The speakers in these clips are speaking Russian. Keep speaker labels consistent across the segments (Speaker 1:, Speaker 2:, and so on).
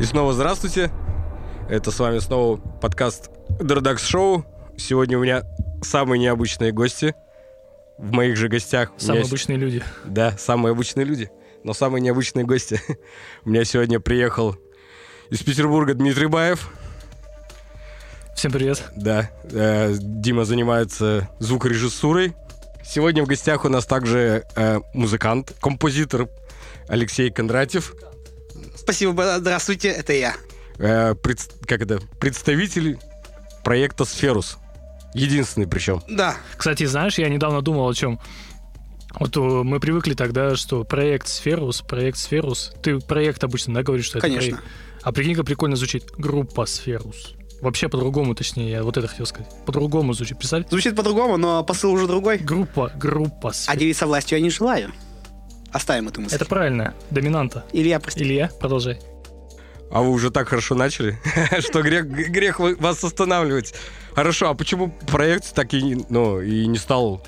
Speaker 1: И снова здравствуйте. Это с вами снова подкаст Дардакс Шоу. Сегодня у меня самые необычные гости. В моих же гостях. у меня
Speaker 2: Самые
Speaker 1: с-
Speaker 2: обычные люди.
Speaker 1: Да, самые обычные люди. Но самые необычные гости. У меня сегодня приехал из Петербурга Дмитрий Баев.
Speaker 2: Всем привет.
Speaker 1: Да, э, Дима занимается звукорежиссурой. Сегодня в гостях у нас также э, музыкант, композитор Алексей Кондратьев.
Speaker 3: Спасибо, бра- здравствуйте, это я.
Speaker 1: э, предс- как это, представитель проекта Сферус. Единственный причем.
Speaker 3: Да,
Speaker 2: Кстати, знаешь, я недавно думал о чем. Вот э, мы привыкли тогда, что проект Сферус, проект Сферус. Ты проект обычно, да, говоришь, что это
Speaker 3: Конечно.
Speaker 2: проект. А прикинь, как прикольно звучит. Группа Сферус. Вообще по-другому, точнее, я вот это хотел сказать. По-другому звучит. Представь,
Speaker 3: звучит по-другому, но посыл уже другой.
Speaker 2: группа, группа
Speaker 3: А
Speaker 2: Сферус.
Speaker 3: делиться властью я не желаю. Оставим эту мысль.
Speaker 2: Это правильно. Доминанта.
Speaker 3: Илья, прости.
Speaker 2: Илья, продолжай.
Speaker 1: А вы уже так хорошо начали, что грех, грех вы- вас останавливать. Хорошо, а почему проект так и, не- ну, и не стал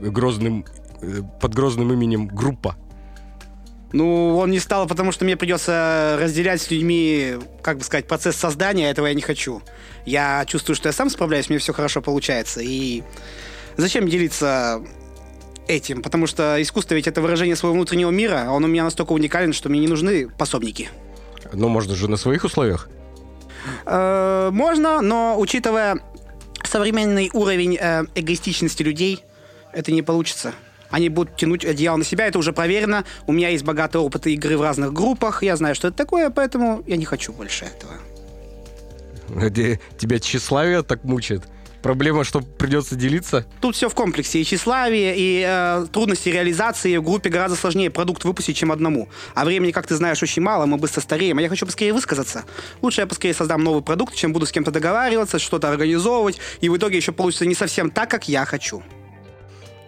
Speaker 1: грозным, э, под грозным именем группа?
Speaker 3: Ну, он не стал, потому что мне придется разделять с людьми, как бы сказать, процесс создания, этого я не хочу. Я чувствую, что я сам справляюсь, мне все хорошо получается. И зачем делиться этим? Потому что искусство ведь это выражение своего внутреннего мира, а он у меня настолько уникален, что мне не нужны пособники.
Speaker 1: Ну, можно же на своих условиях.
Speaker 3: Э, можно, но учитывая современный уровень э, эгоистичности людей, это не получится. Они будут тянуть одеяло на себя, это уже проверено. У меня есть богатый опыт игры в разных группах, я знаю, что это такое, поэтому я не хочу больше этого.
Speaker 1: Где Тебя тщеславие так мучает. Проблема, что придется делиться.
Speaker 3: Тут все в комплексе. И тщеславие, и э, трудности реализации в группе гораздо сложнее продукт выпустить, чем одному. А времени, как ты знаешь, очень мало, мы быстро стареем. А я хочу поскорее высказаться. Лучше я поскорее создам новый продукт, чем буду с кем-то договариваться, что-то организовывать, и в итоге еще получится не совсем так, как я хочу.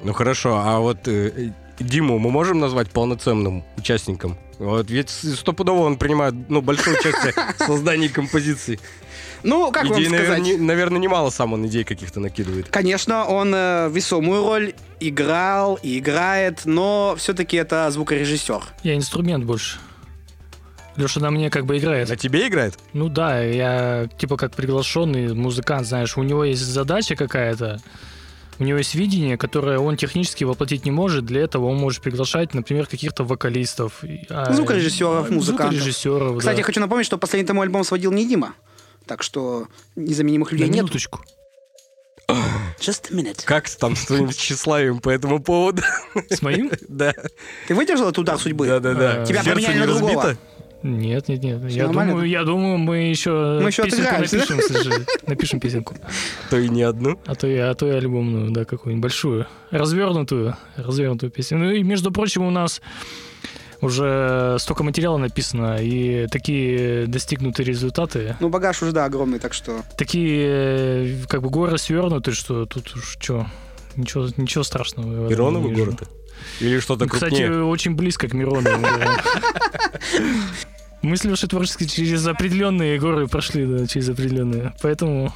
Speaker 1: Ну хорошо, а вот э, э, Диму мы можем назвать полноценным участником? Вот ведь с- стопудово он принимает ну, большое участие в создании композиций.
Speaker 3: Ну, как
Speaker 1: Идей,
Speaker 3: вам сказать?
Speaker 1: наверное, не- наверное, немало сам он идей каких-то накидывает.
Speaker 3: Конечно, он э, весомую роль играл и играет, но все-таки это звукорежиссер.
Speaker 2: Я инструмент больше. Леша на мне как бы играет.
Speaker 1: На тебе играет?
Speaker 2: Ну да, я типа как приглашенный музыкант, знаешь, у него есть задача какая-то, у него есть видение, которое он технически воплотить не может, для этого он может приглашать, например, каких-то вокалистов. и- а,
Speaker 3: Звукорежиссеров,
Speaker 2: и-
Speaker 3: музыкантов.
Speaker 2: Звукорежиссеров,
Speaker 3: Кстати,
Speaker 2: Ну да.
Speaker 3: я хочу напомнить, что последний мой альбом сводил не Дима. Так что незаменимых
Speaker 2: На
Speaker 3: людей нет.
Speaker 2: минуточку.
Speaker 3: Just a minute.
Speaker 1: Как с- там с твоим тщеславием по этому поводу?
Speaker 2: С моим?
Speaker 1: Да.
Speaker 3: Ты выдержал этот удар судьбы? Э,
Speaker 1: Да-да-да.
Speaker 2: А,
Speaker 3: Тебя
Speaker 1: Сердце
Speaker 3: поменяли
Speaker 1: не
Speaker 3: на другого.
Speaker 1: разбито?
Speaker 2: Нет, нет, нет.
Speaker 3: Всё
Speaker 2: Я
Speaker 3: нормально,
Speaker 2: думаю,
Speaker 3: да?
Speaker 2: я думаю, мы еще
Speaker 3: Мы ещё
Speaker 2: песенку
Speaker 3: отыграемся, да?
Speaker 2: напишем, если же. Напишем песенку.
Speaker 1: То и не одну.
Speaker 2: А то я, а то и альбомную, да, какую-нибудь большую, развернутую, развернутую песню. Ну и, между прочим, у нас уже столько материала написано, и такие достигнутые результаты,
Speaker 3: Ну, багаж уже, да, огромный, так что...
Speaker 2: такие э, как бы горы свернуты, что тут уж что, ничего, ничего страшного. я в этом не
Speaker 1: Миронову
Speaker 2: вижу.
Speaker 1: город? Или что-то
Speaker 2: Э, Ну, Кстати,
Speaker 1: крупнее?
Speaker 2: очень близко к Миронову. да. Мы с Лешей творчески через определенные горы прошли, да, через определенные. Поэтому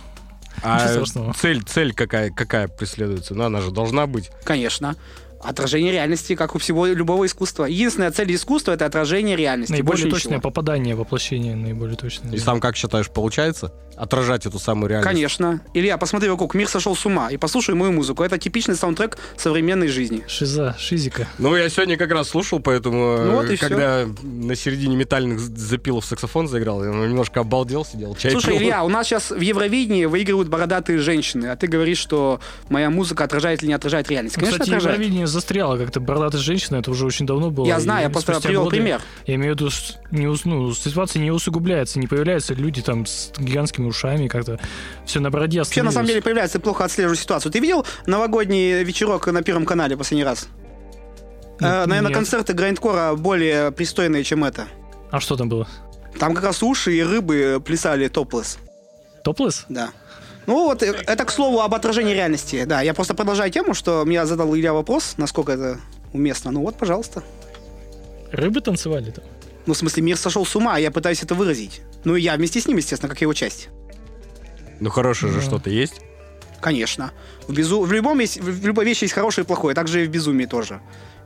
Speaker 2: ничего страшного.
Speaker 1: А цель, цель какая, какая преследуется? Ну, она же должна быть.
Speaker 3: Конечно. Отражение реальности, как у всего любого искусства. Единственная цель искусства — это отражение реальности.
Speaker 2: наиболее
Speaker 3: Больше
Speaker 2: точное
Speaker 3: ничего.
Speaker 2: попадание, воплощение наиболее точное.
Speaker 1: И
Speaker 2: да.
Speaker 1: сам как считаешь, получается отражать эту самую реальность?
Speaker 3: Конечно. Илья, посмотри вокруг, мир сошел с ума, и послушай мою музыку. Это типичный саундтрек современной жизни.
Speaker 2: Шиза, шизика.
Speaker 1: Ну, я сегодня как раз слушал, поэтому,
Speaker 3: Ну вот
Speaker 1: э,
Speaker 3: и всё.
Speaker 1: когда на середине метальных з- запилов саксофон заиграл, я ну, немножко обалдел, сидел, чай
Speaker 3: Слушай,
Speaker 1: пил.
Speaker 3: Илья, у нас сейчас в Евровидении выигрывают бородатые женщины, а ты говоришь, что моя музыка отражает или не отражает реальность. Конечно,
Speaker 2: Кстати,
Speaker 3: отражает.
Speaker 2: Евровидение застряло как-то бородатая женщина, это уже очень давно было.
Speaker 3: Я знаю,
Speaker 2: и
Speaker 3: я просто
Speaker 2: спустя
Speaker 3: привел
Speaker 2: годы,
Speaker 3: пример.
Speaker 2: Я имею в виду, что не ус- ну, ситуация не усугубляется, не появляются люди там с гигантскими ушами как-то. Все на бороде
Speaker 3: Вообще, на самом деле,
Speaker 2: остановилось.
Speaker 3: появляется, я плохо отслеживаю ситуацию. Ты видел новогодний вечерок на Первом канале последний раз? Э,
Speaker 2: Нет,
Speaker 3: наверное,
Speaker 2: нет.
Speaker 3: концерты Грайндкора более пристойные, чем это.
Speaker 2: А что там было?
Speaker 3: Там как раз уши и рыбы э, плясали топлес,
Speaker 2: Топлес?
Speaker 3: да. Ну вот, э, это, к слову, об отражении реальности. Да, я просто продолжаю тему, что меня задал Илья вопрос, насколько это уместно. Ну вот, пожалуйста.
Speaker 2: Рыбы танцевали там?
Speaker 3: Ну, в смысле, мир сошел с ума, а я пытаюсь это выразить. Ну и я вместе с ним, естественно, как его часть.
Speaker 1: Ну, хорошее же
Speaker 2: Да.
Speaker 1: что-то есть.
Speaker 3: Конечно. В, безу... в, любом есть... в любой вещи есть хорошее и плохое, а также и в безумии тоже.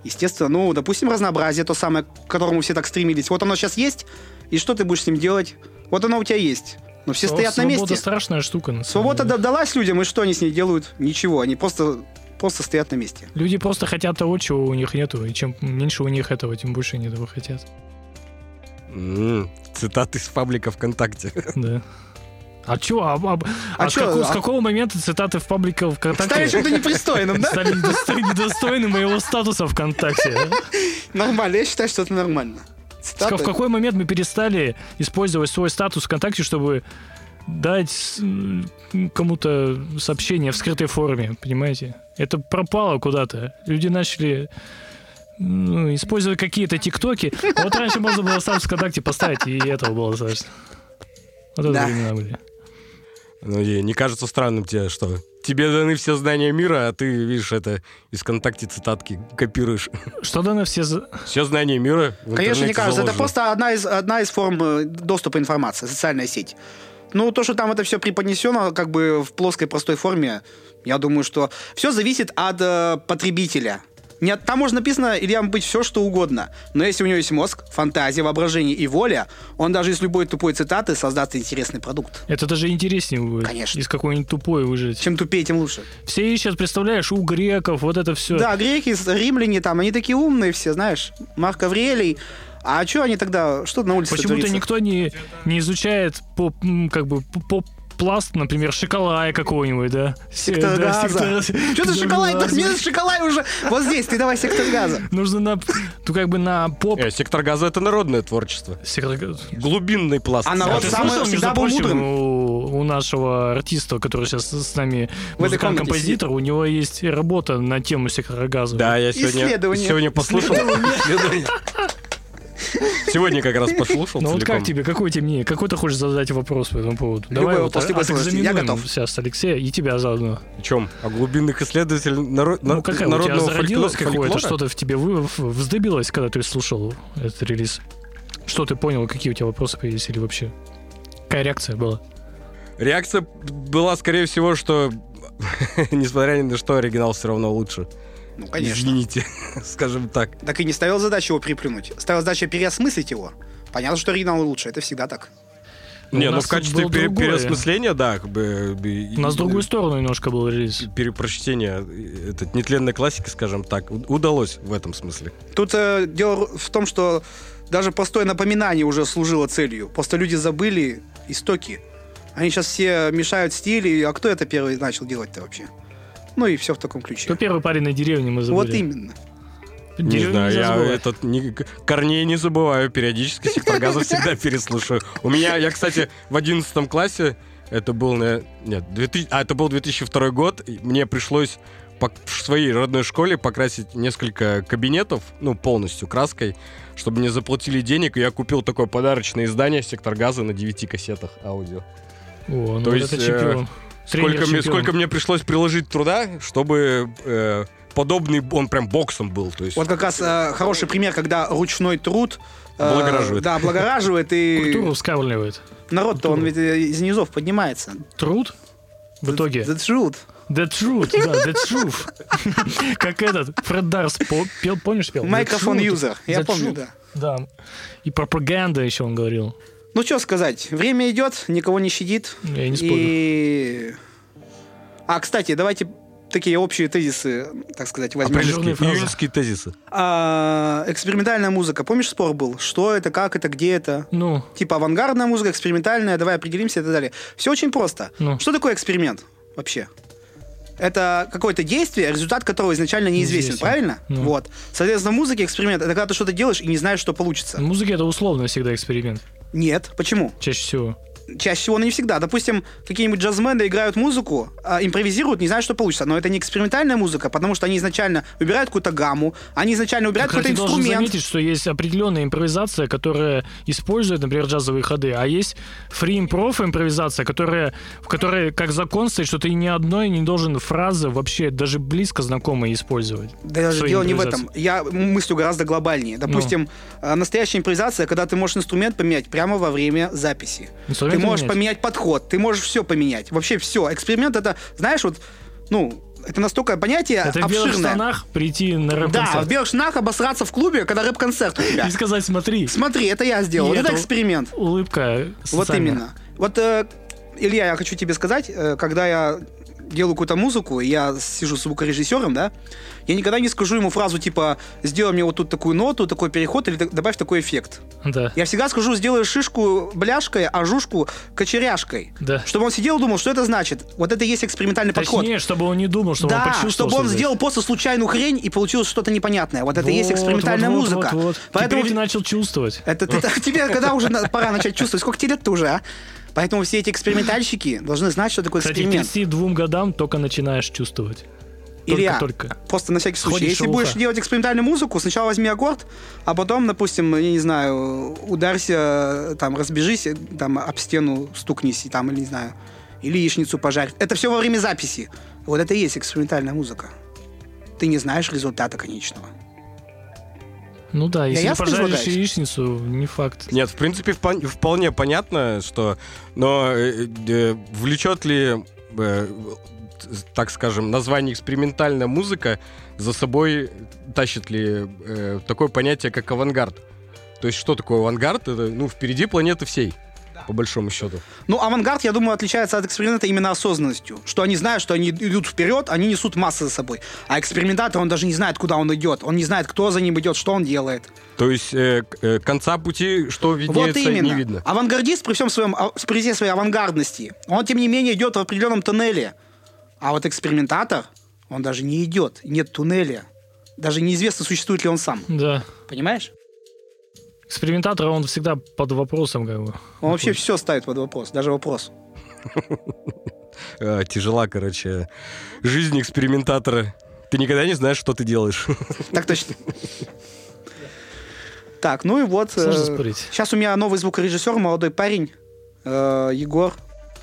Speaker 3: Естественно, ну, допустим, разнообразие, то самое, к которому все так стремились. Вот оно сейчас есть, и что ты будешь с ним делать? Вот оно у тебя есть. Но все
Speaker 2: Сво-
Speaker 3: стоят на
Speaker 2: Свобода
Speaker 3: месте.
Speaker 2: страшная штука. на самом
Speaker 3: Свобода
Speaker 2: деле.
Speaker 3: да- далась людям, и что они с ней делают? Ничего, они просто, просто стоят на месте.
Speaker 2: Люди просто хотят того, чего у них нету, и чем меньше у них этого, тем больше они этого хотят.
Speaker 1: М, М-м, Цитаты из паблика ВКонтакте.
Speaker 2: Да. А чё, а, а- а с,
Speaker 3: чё,
Speaker 2: какого, с
Speaker 3: а-
Speaker 2: какого момента цитаты в паблике
Speaker 3: Стали
Speaker 2: ВКонтакте
Speaker 3: чем-то непристойным, да?
Speaker 2: стали недосто- недостойны моего статуса ВКонтакте?
Speaker 3: Нормально, я считаю, что это нормально.
Speaker 2: С ка- В
Speaker 3: Цитаты.
Speaker 2: какой момент мы перестали использовать свой статус ВКонтакте, чтобы дать с- м, кому-то сообщение в скрытой форме, понимаете? Это пропало куда-то. Люди начали ну, использовать какие-то тиктоки. А вот раньше можно было статус ВКонтакте поставить, и этого было достаточно. Вот это
Speaker 3: Да.
Speaker 2: времена были.
Speaker 1: Ну, и не кажется странным тебе, что тебе даны все знания мира, а ты, видишь, это из ВКонтакте цитатки копируешь.
Speaker 2: Что дано все... за-
Speaker 1: Все знания мира в
Speaker 3: Конечно,
Speaker 1: интернете
Speaker 3: не кажется. Это
Speaker 1: заложено.
Speaker 3: просто одна из, одна из форм э, доступа информации, социальная сеть. Ну, то, что там это все преподнесено, как бы в плоской, простой форме, я думаю, что все зависит от э, потребителя. Нет, там может написано Илья быть все, что угодно. Но если у него есть мозг, фантазия, воображение и воля, он даже из любой тупой цитаты создаст интересный продукт.
Speaker 2: Это даже интереснее будет.
Speaker 3: Конечно.
Speaker 2: Из какой-нибудь тупой выжить.
Speaker 3: Чем тупее, тем лучше.
Speaker 2: Все ищут, представляешь, у греков, вот это все.
Speaker 3: Да, греки, с- римляне там, они такие умные все, знаешь. Марк Аврелий. А что они тогда, что на улице
Speaker 2: Почему-то
Speaker 3: творится?
Speaker 2: никто не, не изучает поп, м, как бы п- поп-пласт, например, шоколая какого-нибудь, да? Се-
Speaker 3: Сектор
Speaker 2: Э, да, сектор-
Speaker 3: газа. Что ты
Speaker 2: сектор
Speaker 3: шоколай?
Speaker 2: газа.
Speaker 3: Тут минус шоколай уже. Вот здесь, ты давай сектор газа.
Speaker 2: Нужно на, ну, как бы на поп...
Speaker 1: Э, сектор газа — это народное творчество.
Speaker 2: Сектор газа.
Speaker 1: Глубинный пласт.
Speaker 3: А
Speaker 2: А
Speaker 3: народ
Speaker 2: ты
Speaker 3: самый
Speaker 2: слышал,
Speaker 3: всегда
Speaker 2: между
Speaker 3: был
Speaker 2: прочим,
Speaker 3: мудрым.
Speaker 2: у, у нашего артиста, который сейчас с нами,
Speaker 3: В этой комнате
Speaker 2: музыкант-композитор, у него есть работа на тему сектора газа.
Speaker 1: Да, я сегодня,
Speaker 3: Исследование.
Speaker 1: сегодня послушал. Исследование. Сегодня как раз послушал
Speaker 2: Ну вот
Speaker 1: целиком.
Speaker 2: как тебе, какой тебе мне, какой ты хочешь задать вопрос по этому поводу? Давай
Speaker 3: Любой
Speaker 2: вот,
Speaker 3: вопрос
Speaker 2: а- а
Speaker 3: любой
Speaker 2: так
Speaker 3: сложности. Я
Speaker 2: заминуем
Speaker 3: готов.
Speaker 2: сейчас Алексея и тебя заодно.
Speaker 1: О чем? О глубинных исследователей наро-
Speaker 2: Ну,
Speaker 1: нар-
Speaker 2: какая у тебя
Speaker 1: народного фольклора?
Speaker 2: зародилось какое-то,
Speaker 1: Фольклора?
Speaker 2: что-то в тебе вы, в- вздыбилось, когда ты слушал этот релиз? Что ты понял, какие у тебя вопросы появились или вообще? Какая реакция была?
Speaker 1: Реакция была, скорее всего, что несмотря ни на что, оригинал все равно лучше.
Speaker 3: Ну, конечно.
Speaker 1: Извините, скажем так.
Speaker 3: Так и не ставил задачу его приплюнуть. Ставил задачу переосмыслить его. Понятно, что оригинал лучше. Это всегда так.
Speaker 2: Ну,
Speaker 1: не,
Speaker 2: у
Speaker 1: ну
Speaker 2: нас
Speaker 1: в качестве
Speaker 2: было
Speaker 1: пере-
Speaker 2: другое.
Speaker 1: переосмысления, да, как бы.
Speaker 2: У нас в другую сторону немножко был релиз.
Speaker 1: перепрочтение э, этот, нетленной классики, скажем так, у- удалось в этом смысле.
Speaker 3: Тут э, дело в том, что даже простое напоминание уже служило целью. Просто люди забыли истоки. Они сейчас все мешают стили. А кто это первый начал делать-то вообще? Ну и все в таком ключе.
Speaker 2: Кто первый парень на деревне мы забыли?
Speaker 3: Вот именно.
Speaker 1: Не
Speaker 2: Деревню
Speaker 1: знаю,
Speaker 2: нельзя
Speaker 1: я
Speaker 2: забывать.
Speaker 1: этот ни- корней не забываю периодически, сектор газа всегда переслушаю. У меня, я, кстати, в 11 классе, это был, на- нет, 2000, а это был 2002 год, и мне пришлось пок- в своей родной школе покрасить несколько кабинетов, ну, полностью краской, чтобы мне заплатили денег, и я купил такое подарочное издание «Сектор газа» на 9 кассетах аудио.
Speaker 2: О, ну
Speaker 1: То
Speaker 2: вот
Speaker 1: есть, э,
Speaker 2: это чемпион. Тренер
Speaker 1: Сколько мне,
Speaker 2: чемпион.
Speaker 1: сколько мне пришлось приложить труда, чтобы э, подобный, он прям боксом был, то есть...
Speaker 3: Вот как раз э, хороший пример, когда ручной труд... э,
Speaker 1: Облагораживает.
Speaker 3: Да, облагораживает. И
Speaker 2: Культуру вскармливает.
Speaker 3: народ-то, он ведь э, из низов поднимается.
Speaker 2: Труд? В итоге.
Speaker 3: The truth.
Speaker 2: The truth, да, the truth. Как этот, Фред Дарс по- пел, помнишь, пел? The
Speaker 3: Microphone
Speaker 2: truth,
Speaker 3: user. Я
Speaker 2: the
Speaker 3: помню,
Speaker 2: truth.
Speaker 3: да.
Speaker 2: Да. И пропаганда еще он говорил.
Speaker 3: Ну, что сказать, время идет, никого не щадит.
Speaker 2: Я не спорю.
Speaker 3: И... А, кстати, давайте такие общие тезисы, так сказать, возьмем.
Speaker 2: Определенно.
Speaker 1: Апрельские,
Speaker 2: Определенные фразы.
Speaker 1: июньские тезисы.
Speaker 3: А, экспериментальная музыка. Помнишь, спор был? Что это, как это, где это?
Speaker 2: Ну,
Speaker 3: Типа авангардная музыка, экспериментальная, давай определимся и так далее. Все очень просто.
Speaker 2: Ну.
Speaker 3: Что такое эксперимент вообще? Это какое-то действие, результат которого изначально неизвестен,
Speaker 2: Неизвестен.
Speaker 3: правильно?
Speaker 2: Ну.
Speaker 3: Вот. Соответственно, в музыке эксперимент это когда ты что-то делаешь и не знаешь, что получится.
Speaker 2: музыка это условно всегда эксперимент.
Speaker 3: Нет. Почему?
Speaker 2: Чаще всего.
Speaker 3: чаще всего, но не всегда. Допустим, какие-нибудь джазмены играют музыку, а, импровизируют, не знают, что получится. Но это не экспериментальная музыка, потому что они изначально выбирают какую-то гамму, они изначально выбирают
Speaker 2: Кстати,
Speaker 3: какой-то
Speaker 2: должен
Speaker 3: инструмент.
Speaker 2: заметить, что есть определенная импровизация, которая использует, например, джазовые ходы, а есть фри импров импровизация, которая, в которой как закон стоит, что ты ни одной не должен фразы вообще даже близко знакомой использовать.
Speaker 3: Да даже
Speaker 2: Своей
Speaker 3: дело не в
Speaker 2: импровизации. Ну.
Speaker 3: этом. Я мыслю гораздо глобальнее. Допустим, э, настоящая импровизация, когда ты можешь инструмент поменять прямо во время записи.
Speaker 2: Инструмент
Speaker 3: ты можешь
Speaker 2: поменять.
Speaker 3: поменять подход, ты можешь все поменять. Вообще все. Эксперимент это, знаешь, вот, ну, это настолько понятие
Speaker 2: Это в белых
Speaker 3: обширное.
Speaker 2: штанах прийти на
Speaker 3: да, в
Speaker 2: рэп-концерт
Speaker 3: белых штанах обосраться в клубе, когда рэп-концерт у тебя.
Speaker 2: и сказать, смотри,
Speaker 3: Смотри, это я сделал.
Speaker 2: И
Speaker 3: Вот это
Speaker 2: это-
Speaker 3: эксперимент.
Speaker 2: улыбка
Speaker 3: Вот
Speaker 2: социальная.
Speaker 3: именно. Вот, э, Илья, я хочу тебе сказать, э, когда я делаю какую-то музыку, и я сижу с звукорежиссером, да, я никогда не скажу ему фразу типа «сделай мне вот тут такую ноту, такой переход или д- добавь такой эффект».
Speaker 2: Да,
Speaker 3: Я всегда скажу «сделай шишку бляшкой, а жушку кочеряшкой».
Speaker 2: да.
Speaker 3: Чтобы он сидел и думал, что это значит. Вот это и есть экспериментальный подход.
Speaker 2: Точнее, чтобы он не думал, чтобы он
Speaker 3: да,
Speaker 2: почувствовал.
Speaker 3: чтобы он
Speaker 2: что здесь.
Speaker 3: сделал просто случайную хрень и получилось что-то непонятное. Вот это и есть
Speaker 2: Вот,
Speaker 3: экспериментальная
Speaker 2: вот, вот,
Speaker 3: музыка.
Speaker 2: вот, вот.
Speaker 3: Поэтому
Speaker 2: Теперь ты начал чувствовать.
Speaker 3: это ты- тебе когда уже на- пора начать чувствовать? Сколько тебе лет-то уже, а? Поэтому все эти экспериментальщики должны знать, что такое
Speaker 2: Кстати, к
Speaker 3: эксперимент.
Speaker 2: 32 годам только начинаешь чувствовать.
Speaker 3: Илья,
Speaker 2: Только-только.
Speaker 3: а? просто на всякий случай.
Speaker 2: Сходишь
Speaker 3: Если
Speaker 2: с
Speaker 3: будешь
Speaker 2: уха.
Speaker 3: делать экспериментальную музыку, сначала возьми аккорд, а потом, допустим, я не знаю, ударься, там, разбежись, там, об стену стукнись, и там, или не знаю, или яичницу пожарь. Это все во время записи. Вот это и есть экспериментальная музыка. Ты не знаешь результата конечного.
Speaker 2: Ну да, если
Speaker 3: ясно
Speaker 2: пожаришь
Speaker 3: излагаюсь?
Speaker 2: яичницу, не факт.
Speaker 1: Нет, в принципе, впон- вполне понятно, что... Но э, э, влечет ли, э, с- так скажем, название экспериментальная музыка за собой, тащит ли э, такое понятие, как авангард? То есть что такое авангард? Это, ну, впереди планеты всей, по большому счету.
Speaker 3: Ну, авангард, я думаю, отличается от эксперимента именно осознанностью. Что они знают, что они идут вперед, они несут массы за собой. А экспериментатор, он даже не знает, куда он идет. Он не знает, кто за ним идет, что он делает.
Speaker 1: То есть э, к- э, конца пути, что
Speaker 3: Вот
Speaker 1: виднеется,
Speaker 3: именно.
Speaker 1: не видно.
Speaker 3: Авангардист при всем своем, а, при всей своей авангардности, он, тем не менее, идет в определенном туннеле. А вот экспериментатор, он даже не идет, нет туннеля. Даже неизвестно, существует ли он сам.
Speaker 2: Да.
Speaker 3: Понимаешь?
Speaker 2: Экспериментатор, он всегда под вопросом, как бы.
Speaker 3: Он вообще все ставит под вопрос, даже вопрос.
Speaker 1: Э, тяжела, короче, жизнь экспериментатора. Ты никогда не знаешь, что ты делаешь.
Speaker 3: Так точно. Так, ну и вот.
Speaker 2: Сложно спорить.
Speaker 3: Сейчас у меня новый звукорежиссер, молодой парень. э, Егор.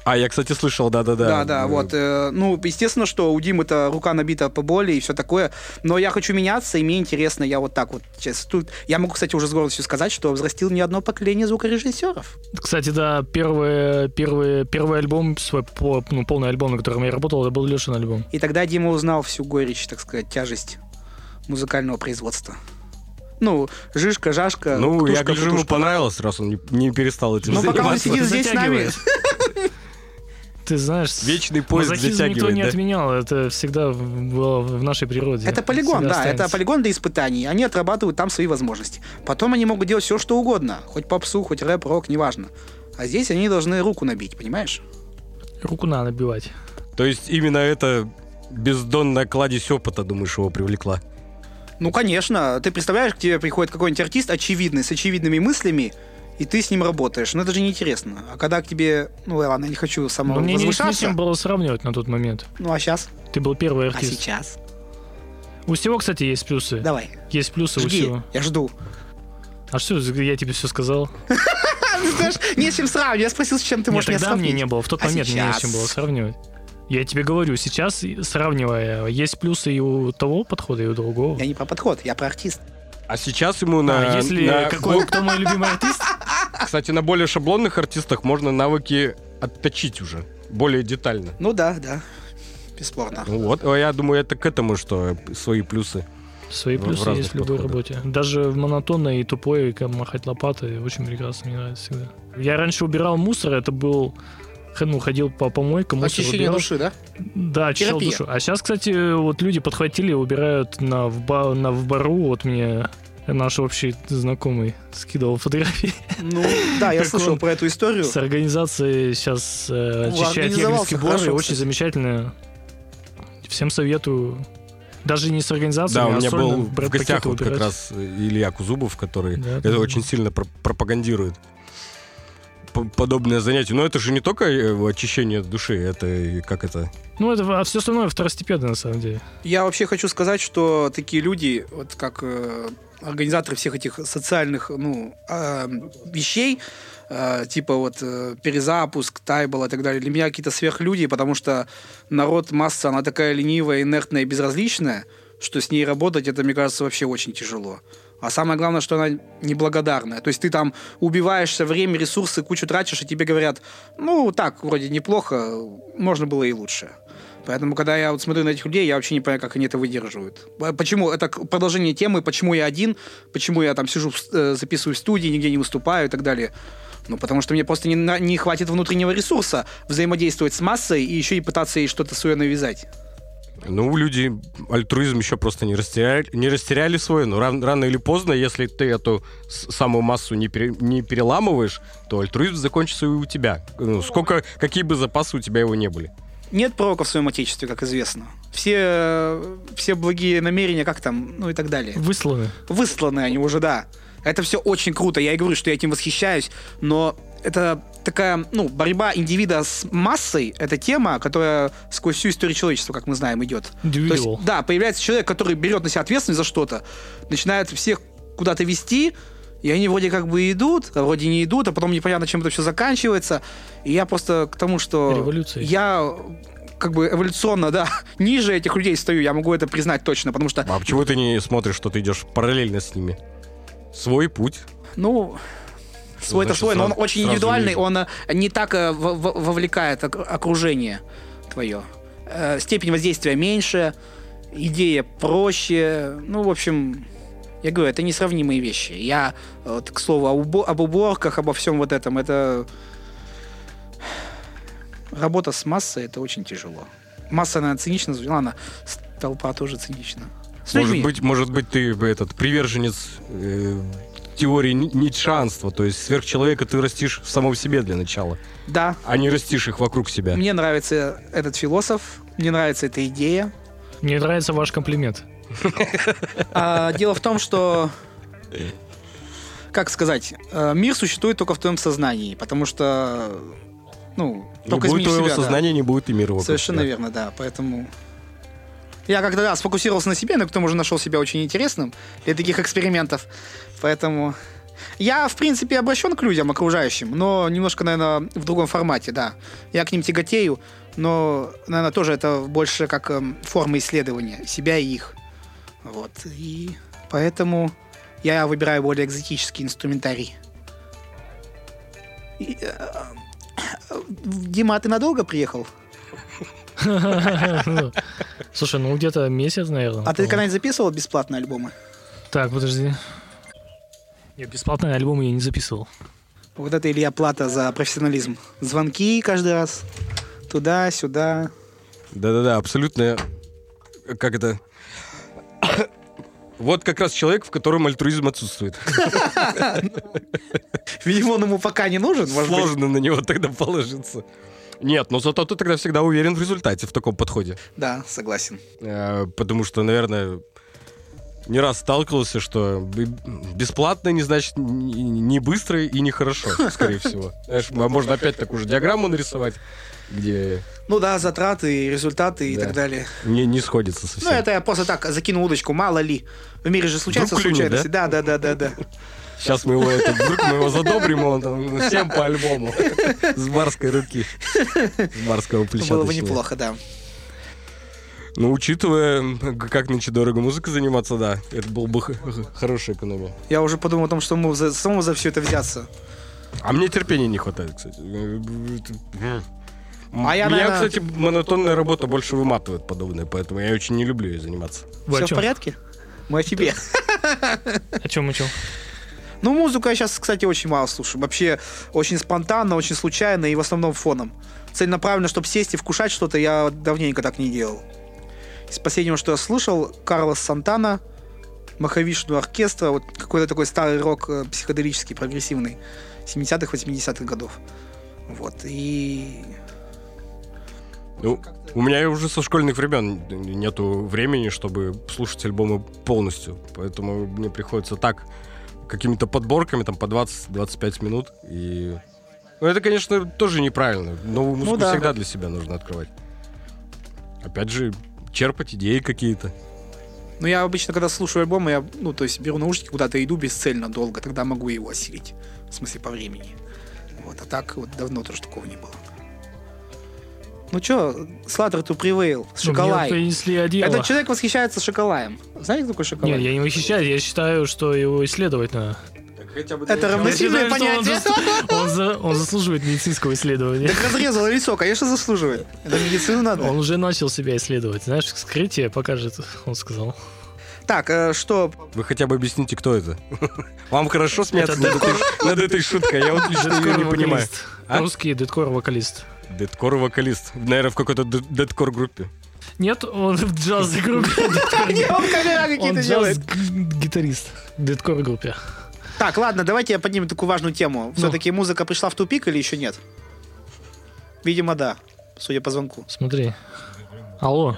Speaker 1: А, я, кстати, слышал, да-да-да.
Speaker 3: Да, да,
Speaker 1: Э,
Speaker 3: вот. э, ну, естественно, что у Димы это рука набита по боли и все такое. Но я хочу меняться, и мне интересно, я вот так вот сейчас тут. Я могу, кстати, уже с гордостью сказать, что взрастил не одно поколение звукорежиссеров.
Speaker 2: Кстати, да, первый, первый, первый альбом, свой по- ну, полный альбом, на котором я работал, это был Лешин альбом.
Speaker 3: И тогда Дима узнал всю горечь, так сказать, тяжесть музыкального производства. Ну, жишка, жашка.
Speaker 1: Ну,
Speaker 3: ктушка,
Speaker 1: я гляжу, ему
Speaker 3: кутушка.
Speaker 1: понравилось, раз он не, не перестал этим
Speaker 3: Ну, пока он
Speaker 1: заниматься.
Speaker 3: сидит здесь с нами.
Speaker 2: Затягивает. Ты знаешь, с-
Speaker 1: Вечный поезд
Speaker 2: мазохизм никто
Speaker 1: затягивает,
Speaker 2: не
Speaker 1: да?
Speaker 2: отменял, это всегда в- было в нашей природе.
Speaker 3: Это полигон,
Speaker 2: Всегда
Speaker 3: да, это
Speaker 2: останется.
Speaker 3: полигон для испытаний. Они отрабатывают там свои возможности. Потом они могут делать все, что угодно. Хоть попсу, хоть рэп, рок, неважно. А здесь они должны руку набить, понимаешь?
Speaker 2: Руку надо набивать.
Speaker 1: То есть именно это бездонная кладезь опыта, думаешь, его привлекла?
Speaker 3: Ну, конечно. Ты представляешь, к тебе приходит какой-нибудь артист очевидный, с очевидными мыслями, и ты с ним работаешь. Ну, это же неинтересно. А когда к тебе... Ну, ладно, я не хочу
Speaker 2: Но Ну, мне не с
Speaker 3: самовозвышаться.
Speaker 2: чем было сравнивать на тот момент.
Speaker 3: Ну, а сейчас?
Speaker 2: Ты был первый
Speaker 3: А
Speaker 2: артист.
Speaker 3: сейчас?
Speaker 2: У всего, кстати, есть плюсы.
Speaker 3: Давай.
Speaker 2: Есть плюсы у
Speaker 3: Жди,
Speaker 2: всего.
Speaker 3: я жду.
Speaker 2: А что, я тебе все сказал?
Speaker 3: А, ну, знаешь, не с чем сравнивать. Я спросил, с чем ты
Speaker 2: Не,
Speaker 3: можешь меня
Speaker 2: тогда мне
Speaker 3: сравнить.
Speaker 2: не было. В тот
Speaker 3: А
Speaker 2: момент мне не с
Speaker 3: сейчас?
Speaker 2: чем было сравнивать. Я тебе говорю, сейчас, сравнивая, есть плюсы и у того подхода, и у другого.
Speaker 3: Я не про подход, я про артист.
Speaker 1: А сейчас ему на...
Speaker 2: А если
Speaker 1: на-
Speaker 2: какой кто мой любимый артист?
Speaker 1: Кстати, на более шаблонных артистах можно навыки отточить уже, более детально.
Speaker 3: Ну да, да. Бесспорно.
Speaker 1: Ну вот, а я думаю, это к этому, что свои плюсы.
Speaker 2: Свои
Speaker 1: В- в
Speaker 2: плюсы
Speaker 1: разных
Speaker 2: есть в любой
Speaker 1: подходах.
Speaker 2: работе. Даже в монотонной и тупой, как махать лопатой, очень прекрасно, мне нравится всегда. Я раньше убирал мусор, это был х- ну, ходил по помойкам, мусор
Speaker 3: Очищение
Speaker 2: убирал.
Speaker 3: души, да?
Speaker 2: Да, очищал
Speaker 3: Терапия.
Speaker 2: душу. А сейчас, кстати, вот люди подхватили, убирают на, в, ба- на, в бару, вот мне наш общий знакомый скидывал фотографии.
Speaker 3: Ну, да, я
Speaker 2: Как
Speaker 3: слышал
Speaker 2: он
Speaker 3: про эту историю.
Speaker 2: С организацией сейчас э,
Speaker 3: Ну,
Speaker 2: очищает
Speaker 3: организовался
Speaker 2: Ягринский бор,
Speaker 3: хорошо,
Speaker 2: и очень
Speaker 3: кстати.
Speaker 2: замечательно. Всем советую. Даже не с
Speaker 1: Да,
Speaker 2: организацией,
Speaker 1: у
Speaker 2: а
Speaker 1: меня
Speaker 2: сольно
Speaker 1: был в
Speaker 2: брендпакеты
Speaker 1: гостях вот как
Speaker 2: убирать.
Speaker 1: раз э, Илья Кузубов, который
Speaker 2: Да,
Speaker 1: это
Speaker 2: да.
Speaker 1: очень сильно пр- пропагандирует. П- Подобное занятие. Но это же не только э, очищение души, это и как это...
Speaker 2: Ну, это все остальное второстепенно, на самом деле.
Speaker 3: Я вообще хочу сказать, что такие люди, вот как э, организаторы всех этих социальных ну, э, вещей, э, типа вот э, перезапуск, тайбл и так далее, для меня какие-то сверхлюди, потому что народ, масса, она такая ленивая, инертная и безразличная, что с ней работать, это, мне кажется, вообще очень тяжело. А самое главное, что она неблагодарная. То есть ты там убиваешься время, ресурсы, кучу тратишь, и тебе говорят, ну, так, вроде неплохо, можно было и лучше. Поэтому, когда я вот смотрю на этих людей, я вообще не понимаю, как они это выдерживают. П- Почему? Это к- продолжение темы, почему я один, почему я там сижу, в с- э, записываю в студии, нигде не выступаю и так далее. Ну, потому что мне просто не, на- не хватит внутреннего ресурса взаимодействовать с массой и еще и пытаться ей что-то свое навязать.
Speaker 1: Ну, люди альтруизм еще просто не растеряли, не растеряли свой. Но ран- рано или поздно, если ты эту с- самую массу не, пере- не переламываешь, то альтруизм закончится и у тебя. Ну, сколько, какие бы запасы у тебя его не были.
Speaker 3: Нет пророка в своем отечестве, как известно. Все, э, все благие намерения, как там, ну и так далее.
Speaker 2: Высланы.
Speaker 3: высланы они уже, да. Это все очень круто. Я и говорю, что я этим восхищаюсь, но это такая, ну, борьба индивида с массой, это тема, которая сквозь всю историю человечества, как мы знаем, идет. То
Speaker 2: Индивидуал.
Speaker 3: есть, да, появляется человек, который берет на себя ответственность за что-то, начинает всех куда-то вести, и они вроде как бы идут, а вроде не идут, а потом непонятно, чем это все заканчивается. И я просто к тому, что...
Speaker 2: Революции.
Speaker 3: Я как бы эволюционно, да, ниже этих людей стою, я могу это признать точно, потому что
Speaker 1: А почему ты не смотришь, что ты идешь параллельно с ними? Свой путь.
Speaker 3: Ну, свой это
Speaker 1: значит,
Speaker 3: свой, но он
Speaker 1: сразу-
Speaker 3: очень
Speaker 1: сразу
Speaker 3: индивидуальный,
Speaker 1: вижу.
Speaker 3: он э, не так э, во- во- вовлекает ок- окружение твое. Э, Степень воздействия меньше, идея проще. Ну, в общем, я говорю, это несравнимые вещи. Я, э, вот, к слову, об, убо- об уборках, обо всем вот этом, это... Работа с массой, это очень тяжело. Масса, наверное, цинично звучит. Ладно, с- толпа тоже цинична. С
Speaker 1: Может
Speaker 3: людьми.
Speaker 1: быть, может быть, ты бы этот приверженец э, теории ни- нитшанства, то есть сверхчеловека ты растишь в самом себе для начала,
Speaker 3: Да,
Speaker 1: а не растишь их вокруг себя.
Speaker 3: Мне нравится этот философ, мне нравится эта идея.
Speaker 2: Мне нравится ваш комплимент.
Speaker 3: А, дело в том, что как сказать, э, мир существует только в твоем сознании, потому что ну
Speaker 1: Не
Speaker 3: только
Speaker 1: будет
Speaker 3: изменишь
Speaker 1: твоего
Speaker 3: себя, да.
Speaker 1: сознания, не будет и мира вокруг
Speaker 3: Совершенно
Speaker 1: тебя.
Speaker 3: верно, да. Поэтому я когда да, сфокусировался на себе, но к тому же нашел себя очень интересным для таких экспериментов. Поэтому я, в принципе, обращен к людям окружающим, но немножко, наверное, в другом формате, да. Я к ним тяготею, но, наверное, тоже это больше как эм, форма исследования себя и их. Вот. И поэтому я выбираю более экзотический инструментарий. И, э, э, Дима, а ты надолго приехал?
Speaker 2: Слушай, ну где-то месяц, наверное.
Speaker 3: А ты
Speaker 2: по-моему.
Speaker 3: когда-нибудь записывал бесплатно альбомы?
Speaker 2: Так, подожди. Я бесплатные альбомы я не записывал.
Speaker 3: Вот это Илья Плата за профессионализм. Звонки каждый раз. Туда, сюда.
Speaker 1: Да-да-да, абсолютно. Как это? Вот как раз человек, в котором альтруизм отсутствует.
Speaker 3: Видимо, он ему пока не нужен. может быть.
Speaker 1: Сложно на него тогда положиться. Нет, но зато ты тогда всегда уверен в результате в таком подходе.
Speaker 3: Да, согласен.
Speaker 1: Э, Потому что, наверное, не раз сталкивался, что б- бесплатно не значит н- не быстро и не хорошо, скорее всего. Знаешь, м- можно опять такую же диаграмму нарисовать, где
Speaker 3: Ну да, затраты, результаты и
Speaker 1: Да.
Speaker 3: так далее.
Speaker 1: не, не сходится
Speaker 3: Ну,
Speaker 1: совсем.
Speaker 3: это я просто так закинул удочку, мало ли. В мире же случаются
Speaker 1: Вдруг клюнет,
Speaker 3: случайности. Да, да, да, да, да.
Speaker 1: Сейчас мы его, это, вдруг мы его задобрим, а он там всем по альбому. С барской руки. С барского плеча.
Speaker 3: Было бы
Speaker 1: точнее.
Speaker 3: неплохо, да.
Speaker 1: Ну, учитывая, м, как нынче дорого музыка заниматься, да, это был бы х- х- хорошая экономия.
Speaker 3: Я уже подумал о том, что мы за, самому за все это взяться.
Speaker 1: А мне терпения не хватает, кстати. А
Speaker 3: А я,
Speaker 1: Меня,
Speaker 3: наверно-
Speaker 1: кстати, монотонная работа больше выматывает подобное, поэтому я очень не люблю ее заниматься.
Speaker 2: Вы
Speaker 3: все
Speaker 2: о
Speaker 3: в
Speaker 2: чем?
Speaker 3: порядке? Мы о тебе.
Speaker 2: О чем, о чем?
Speaker 3: Ну, музыку я сейчас, кстати, очень мало слушаю. Вообще, очень спонтанно, очень случайно и в основном фоном. Целенаправленно, чтобы сесть и вкушать что-то, я давненько так не делал. Из последнего, что я слушал, Карлос Сантана, Махавишну оркестра, вот какой-то такой старый рок э, психоделический, прогрессивный, 70-х, 80-х годов. Вот, и...
Speaker 1: Ну, у меня уже со школьных времен нету времени, чтобы слушать альбомы полностью. Поэтому мне приходится так, какими-то подборками, там, по 20-25 минут. И... Ну, это, конечно, тоже неправильно. Новую музыку
Speaker 3: Ну да.
Speaker 1: всегда для себя нужно открывать. Опять же, черпать идеи какие-то.
Speaker 3: Ну, я обычно, когда слушаю альбомы, я, ну, то есть, беру наушники, куда-то иду бесцельно долго, тогда могу его осилить. В смысле, по времени. Вот, а так вот давно тоже такого не было. Ну чё, Сладер to prevail, Шоколай.
Speaker 2: Ну, Мне принесли одеяло.
Speaker 3: Этот человек восхищается Шоколаем. Знаете, кто такой Шоколай?
Speaker 2: Нет, я не восхищаюсь, я считаю, что его исследовать надо.
Speaker 1: Хотя бы
Speaker 3: Это
Speaker 1: для
Speaker 2: Я
Speaker 3: равносильное
Speaker 2: считаю, что он
Speaker 3: понятие.
Speaker 2: зас- Он, за- он заслуживает медицинского исследования.
Speaker 3: Так разрезало лицо, конечно, заслуживает. Это медицину
Speaker 2: Он
Speaker 3: надо.
Speaker 2: уже начал себя исследовать. Знаешь, вскрытие покажет, он сказал.
Speaker 3: Так, э, что?
Speaker 1: Вы хотя бы объясните, кто это. Вам хорошо смеяться
Speaker 2: Это
Speaker 1: над этой- над этой шуткой? Я вот лично ее не понимаю.
Speaker 2: Дэткор-вокалист.
Speaker 1: А?
Speaker 2: Русский дедкор-вокалист.
Speaker 1: Дедкор-вокалист. Наверное, в какой-то д- дедкор-группе.
Speaker 2: Нет, он в джазовой группе.
Speaker 3: Не, он камера
Speaker 2: Он
Speaker 3: какие-то делает.
Speaker 2: джаз-гитарист. Дедкор-группе.
Speaker 3: Так, ладно, давайте я подниму такую важную
Speaker 2: Ну.
Speaker 3: тему. Все-таки музыка пришла в тупик или еще нет? Видимо, да. Судя по звонку.
Speaker 2: Смотри. Алло.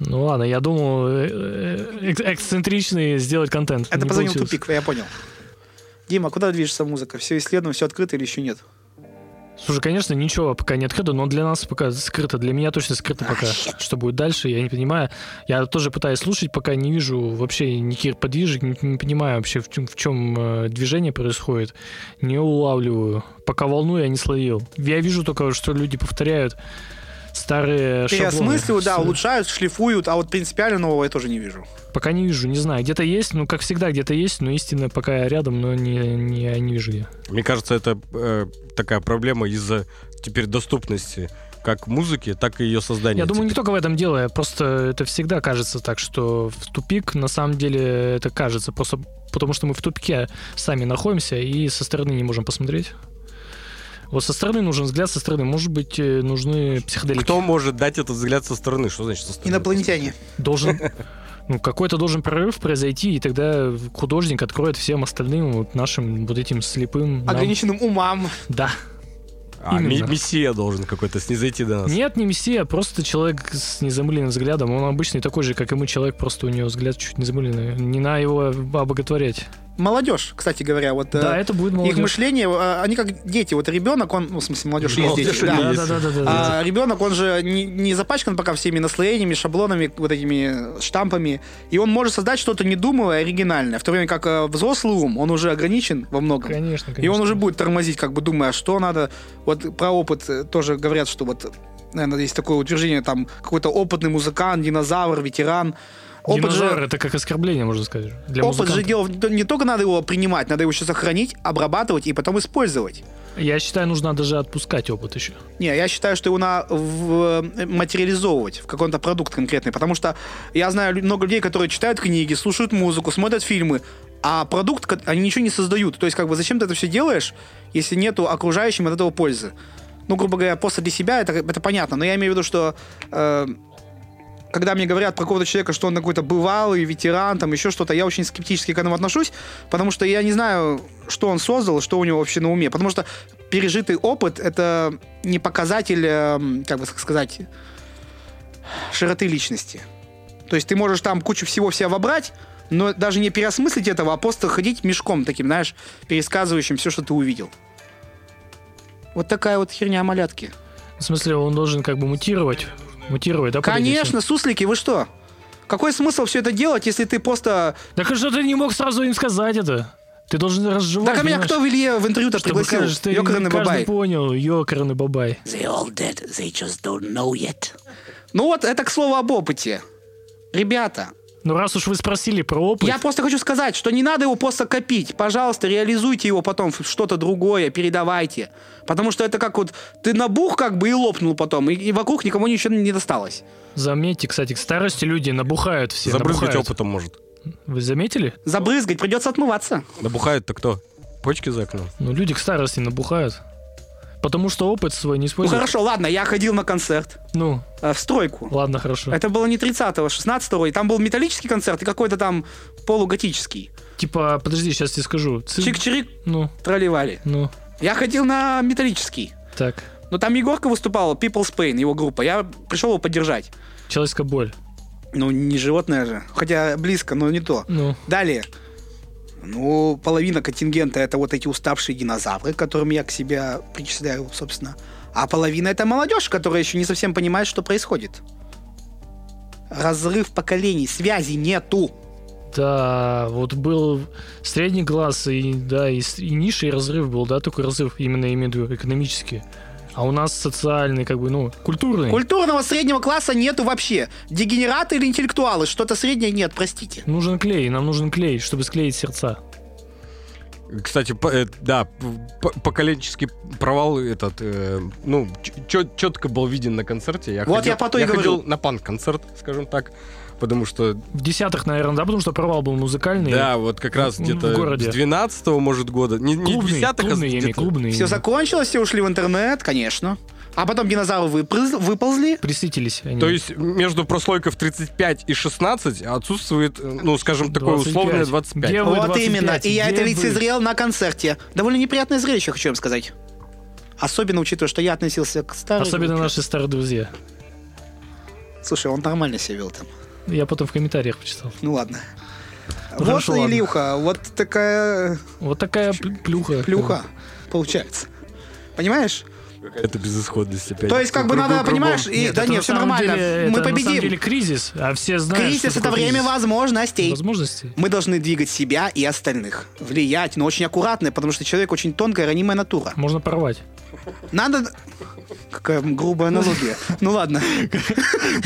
Speaker 2: Ну ладно, я думал э, э, эк- эксцентричный сделать контент.
Speaker 3: Это
Speaker 2: Не
Speaker 3: позвонил
Speaker 2: получилось.
Speaker 3: тупик, я понял. Дима, куда движется музыка? Все исследуем, все открыто или еще нет?
Speaker 2: Слушай, конечно, ничего пока не открыто, но для нас пока скрыто. Для меня точно скрыто пока. Что будет дальше, я не понимаю. Я тоже пытаюсь слушать, пока не вижу вообще никаких подвижек, не, не понимаю вообще, в чем, в чем э, движение происходит. Не улавливаю. Пока волну я не словил. Я вижу только, что люди повторяют старые шаблоны.
Speaker 3: Переосмысливают, да,
Speaker 2: Всё.
Speaker 3: улучшают, шлифуют, а вот принципиально нового я тоже не вижу.
Speaker 2: Пока не вижу, не знаю. Где-то есть, ну, как всегда, где-то есть, но истина пока рядом, но не, не, не вижу я.
Speaker 1: Мне кажется, это э, такая проблема из-за теперь доступности как музыки, так и ее создания.
Speaker 2: Я думаю, не
Speaker 1: теперь.
Speaker 2: только в этом дело, я просто это всегда кажется так, что в тупик на самом деле это кажется, просто потому что мы в тупике сами находимся и со стороны не можем посмотреть. Вот со стороны нужен взгляд, со стороны, может быть, э, нужны психоделики.
Speaker 1: Типа, Кто может дать этот взгляд со стороны? Что значит со стороны?
Speaker 3: Инопланетяне.
Speaker 2: Должен, ну, какой-то должен прорыв произойти, и тогда художник откроет всем остальным, вот нашим вот этим слепым. нам-
Speaker 3: Ограниченным умам.
Speaker 2: Да.
Speaker 1: А, ми-
Speaker 2: Именно.
Speaker 1: мессия должен какой-то снизойти до нас.
Speaker 2: Нет, не мессия, а просто человек с незамыленным взглядом. Он обычный такой же, как и мы, человек, просто у него взгляд чуть незамыленный. Не надо его обоготворять.
Speaker 3: Молодежь, кстати говоря, вот э,
Speaker 2: Да, это будет
Speaker 3: их
Speaker 2: молодежь.
Speaker 3: мышление, э, они как дети. Вот ребенок, он, ну, в смысле, молодежь есть
Speaker 1: Молодежь
Speaker 3: дети.
Speaker 1: и
Speaker 3: да.
Speaker 1: есть.
Speaker 2: да, да, да, да, да.
Speaker 3: А ребенок, он же не, не запачкан пока всеми наслоениями, шаблонами, вот этими штампами. И он может создать что-то недумывое, оригинальное. В то время как э, взрослый ум, он уже ограничен во многом.
Speaker 2: Конечно, конечно.
Speaker 3: А, И он уже будет тормозить, как бы думая, а что надо. Вот про опыт э, тоже говорят, что вот, наверное, есть такое утверждение, там, какой-то опытный музыкант, динозавр, ветеран. Опыт
Speaker 2: Динозавр
Speaker 3: же,
Speaker 2: это как оскорбление, можно сказать. Для
Speaker 3: опыт же
Speaker 2: музыканта.
Speaker 3: дело, в- не только надо его принимать, надо его еще сохранить, обрабатывать и потом использовать.
Speaker 2: Я считаю, нужно даже отпускать опыт еще.
Speaker 3: Не, я считаю, что его надо в- э, материализовывать в каком-то продукт конкретный, потому что я знаю лю- много людей, которые читают книги, слушают музыку, смотрят фильмы, а продукт ко- они ничего не создают. То есть, как бы, зачем ты это все делаешь, если нету окружающим от этого пользы? Ну, грубо говоря, просто для себя это, это понятно, но я имею в виду, что э, когда мне говорят про какого-то человека, что он какой-то бывалый, ветеран, там еще что-то, я очень скептически к этому отношусь, потому что я не знаю, что он создал, что у него вообще на уме. Потому что пережитый опыт — это не показатель, эм, как бы сказать, широты личности. То есть ты можешь там кучу всего в себя вобрать, но даже не переосмыслить этого, а просто ходить мешком таким, знаешь, пересказывающим все, что ты увидел. Вот такая вот херня малятки.
Speaker 2: В смысле, он должен как бы мутировать. Мутировать, да? под этим
Speaker 3: Конечно, суслики, вы что? Какой смысл все это делать, если ты просто...
Speaker 2: всем? Так и что ты не мог сразу им сказать это? Ты должен разжевать.
Speaker 3: Да ко а меня
Speaker 2: понимаешь?
Speaker 3: кто в Илье в интервью-то
Speaker 2: Чтобы,
Speaker 3: пригласил?
Speaker 2: кажется, ты
Speaker 3: Ёкарный
Speaker 2: каждый
Speaker 3: бабай.
Speaker 2: понял, ёкарный бабай.
Speaker 4: They all dead. They just don't know yet.
Speaker 3: Ну вот, это к слову об опыте. Ребята,
Speaker 2: Ну, раз уж вы спросили про опыт...
Speaker 3: Я просто хочу сказать, что не надо его просто копить. Пожалуйста, реализуйте его потом в что-то другое, передавайте. Потому что это как вот ты набух как бы и лопнул потом, и, и вокруг никому ничего не досталось.
Speaker 2: Заметьте, кстати, к старости люди набухают все.
Speaker 1: Забрызгать
Speaker 2: набухают.
Speaker 1: опытом может.
Speaker 2: Вы заметили?
Speaker 3: Забрызгать, придется отмываться. Ну
Speaker 1: Набухают-то кто? Почки за окном.
Speaker 2: Ну, люди к старости набухают. Потому что опыт свой не
Speaker 3: Ну
Speaker 2: используют.
Speaker 3: хорошо, ладно, я ходил на концерт,
Speaker 2: Ну,
Speaker 3: э, в стройку.
Speaker 2: ладно, хорошо.
Speaker 3: Это было не 30-го, 16-го, и там был металлический концерт и какой-то там полуготический.
Speaker 2: Типа, подожди, сейчас тебе скажу. Ци-
Speaker 3: Чик-чирик
Speaker 2: Ну,
Speaker 3: тролливали.
Speaker 2: ну,
Speaker 3: Я ходил на металлический.
Speaker 2: так.
Speaker 3: Но там Егорка выступала, People's Pain, его группа. Я пришел его поддержать.
Speaker 2: Человеческая боль.
Speaker 3: Ну, не животное же. Хотя близко, но не то.
Speaker 2: Ну,
Speaker 3: Далее. Ну, половина контингента это вот эти уставшие динозавры, которым я к себе причисляю, собственно. А половина это молодежь, которая еще не совсем понимает, что происходит. Разрыв поколений, связи нету.
Speaker 2: да, вот был средний класс, и да, и, с- и низший разрыв был, да, такой разрыв именно я имею в виду экономически. А у нас социальный, как бы, ну, культурный.
Speaker 3: Культурного среднего класса нету вообще. Дегенераты или интеллектуалы, что-то среднее нет, простите.
Speaker 2: Нужен клей, нам нужен клей, чтобы склеить сердца.
Speaker 1: Кстати, по- э, да, по- поколенческий провал этот, э, ну, четко был виден на концерте. Я
Speaker 3: Вот
Speaker 1: ходил-
Speaker 3: я по то и говорю.
Speaker 1: ходил на панк-концерт, скажем так, потому что,
Speaker 2: В десятых, наверное, да, потому что провал был музыкальный.
Speaker 1: да, вот как раз
Speaker 2: в
Speaker 1: где-то
Speaker 2: городе.
Speaker 1: с 12 может, года. Не, не
Speaker 2: клубный,
Speaker 1: 10 а с
Speaker 2: клубный, я имею,
Speaker 1: где-то-
Speaker 2: клубный.
Speaker 3: Все
Speaker 2: именно.
Speaker 3: закончилось, все ушли в интернет, конечно. А потом динозавры выпрыз- выползли.
Speaker 2: Присытились они.
Speaker 1: То есть между прослойков 35 и 16 отсутствует, э, ну, скажем, такое
Speaker 2: 25.
Speaker 1: условное 25.
Speaker 2: Где вы,
Speaker 3: вот
Speaker 2: 25?
Speaker 3: именно. И я
Speaker 2: Где
Speaker 3: это
Speaker 2: вы?
Speaker 3: лицезрел на концерте. Довольно неприятное зрелище, хочу вам сказать. Особенно учитывая, что я относился к старым.
Speaker 2: Особенно
Speaker 3: группе.
Speaker 2: наши старые друзья.
Speaker 3: Слушай, он нормально себя вел там.
Speaker 2: Я потом в комментариях почитал.
Speaker 3: Ну ладно.
Speaker 2: Ну,
Speaker 3: вот
Speaker 2: хорошо, ладно.
Speaker 3: Илюха, вот такая
Speaker 2: Вот такая пл- плюха.
Speaker 3: плюха получается. Понимаешь?
Speaker 1: Это безысходность опять.
Speaker 3: То есть, как бы
Speaker 1: Кругом-
Speaker 3: надо,
Speaker 1: кругом.
Speaker 3: понимаешь, и-
Speaker 2: Нет,
Speaker 3: да
Speaker 2: это
Speaker 3: нет,
Speaker 2: на
Speaker 3: все
Speaker 2: самом
Speaker 3: нормально.
Speaker 2: деле- это
Speaker 3: Мы
Speaker 2: На самом
Speaker 3: победим.
Speaker 2: деле кризис, а все знают,
Speaker 3: Кризис
Speaker 2: что
Speaker 3: это
Speaker 2: такое
Speaker 3: время
Speaker 2: кризис.
Speaker 3: возможностей.
Speaker 2: возможностей.
Speaker 3: Мы должны двигать себя и остальных. Влиять, но очень аккуратно, потому что человек очень тонкая, ранимая натура.
Speaker 2: Можно порвать.
Speaker 3: Надо... Какая грубая аналогия. Ну ладно,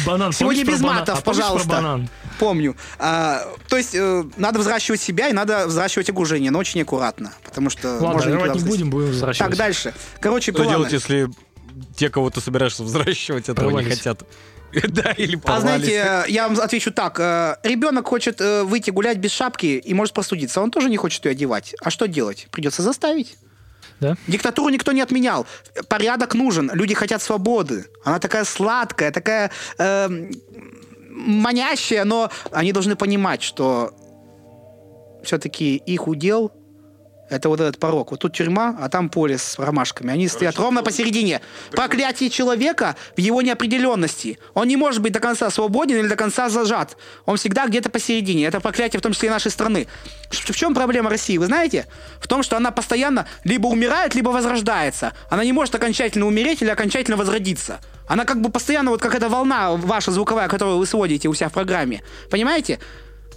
Speaker 2: Банан.
Speaker 3: Сегодня
Speaker 2: помнишь про
Speaker 3: без
Speaker 2: банан?
Speaker 3: матов,
Speaker 2: А помнишь
Speaker 3: пожалуйста.
Speaker 2: Про банан?
Speaker 3: помню. А, то есть э, надо взращивать себя и надо взращивать окружение, но очень аккуратно, потому что
Speaker 2: Ладно,
Speaker 3: можно никуда
Speaker 2: рвать не
Speaker 3: влезть.
Speaker 2: будем, будем возвращаться.
Speaker 3: Так, дальше. Короче,
Speaker 1: Что
Speaker 3: планы.
Speaker 1: делать, если те, кого ты собираешься взращивать, этого не
Speaker 2: Порвались.
Speaker 1: хотят? Да, или
Speaker 3: А
Speaker 1: порвались.
Speaker 3: знаете, э, я вам отвечу так. э, Ребенок хочет э, выйти гулять без шапки и может простудиться. Он тоже не хочет ее одевать. А что делать? Придется заставить.
Speaker 2: Да?
Speaker 3: Диктатуру никто не отменял. Порядок нужен. Люди хотят свободы. Она такая сладкая, такая эм, манящая, но они должны понимать, что все-таки их удел это вот этот порог. Вот тут тюрьма, а там поле с ромашками. Они стоят ровно посередине. Проклятие человека в его неопределенности. Он не может быть до конца свободен или до конца зажат. Он всегда где-то посередине. Это проклятие в том числе и нашей страны. Ш- В чем проблема России, вы знаете? В том, что она постоянно либо умирает, либо возрождается. Она не может окончательно умереть или окончательно возродиться. Она как бы постоянно, вот как эта волна ваша звуковая, которую вы сводите у себя в программе. Понимаете?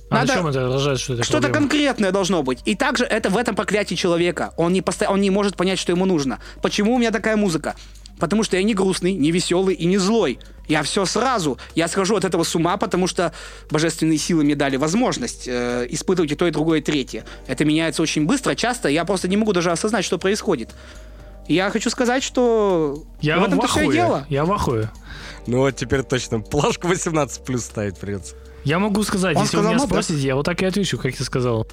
Speaker 2: А на чем это отражает, что это
Speaker 3: Что-то
Speaker 2: проблема?
Speaker 3: конкретное должно быть. И также это в этом проклятии человека. Он не, поста- он не может понять, что ему нужно. Почему у меня такая музыка? Потому что я не грустный, не веселый и не злой. Я все сразу. Я схожу от этого с ума, потому что божественные силы мне дали возможность э, испытывать и то, и другое, и третье. Это меняется очень быстро, часто. Я просто не могу даже осознать, что происходит. И Я хочу сказать, что
Speaker 2: Я
Speaker 3: в
Speaker 2: в
Speaker 3: этом-то всё и
Speaker 2: ахуе.
Speaker 3: дело.
Speaker 2: Я в ахуе.
Speaker 1: Ну вот теперь точно плашку 18 плюс ставить придется.
Speaker 2: Я могу сказать,
Speaker 3: Он
Speaker 2: если вы
Speaker 3: сказал,
Speaker 2: меня
Speaker 3: ну да.
Speaker 2: спросите, я вот так и отвечу, как ты сказал.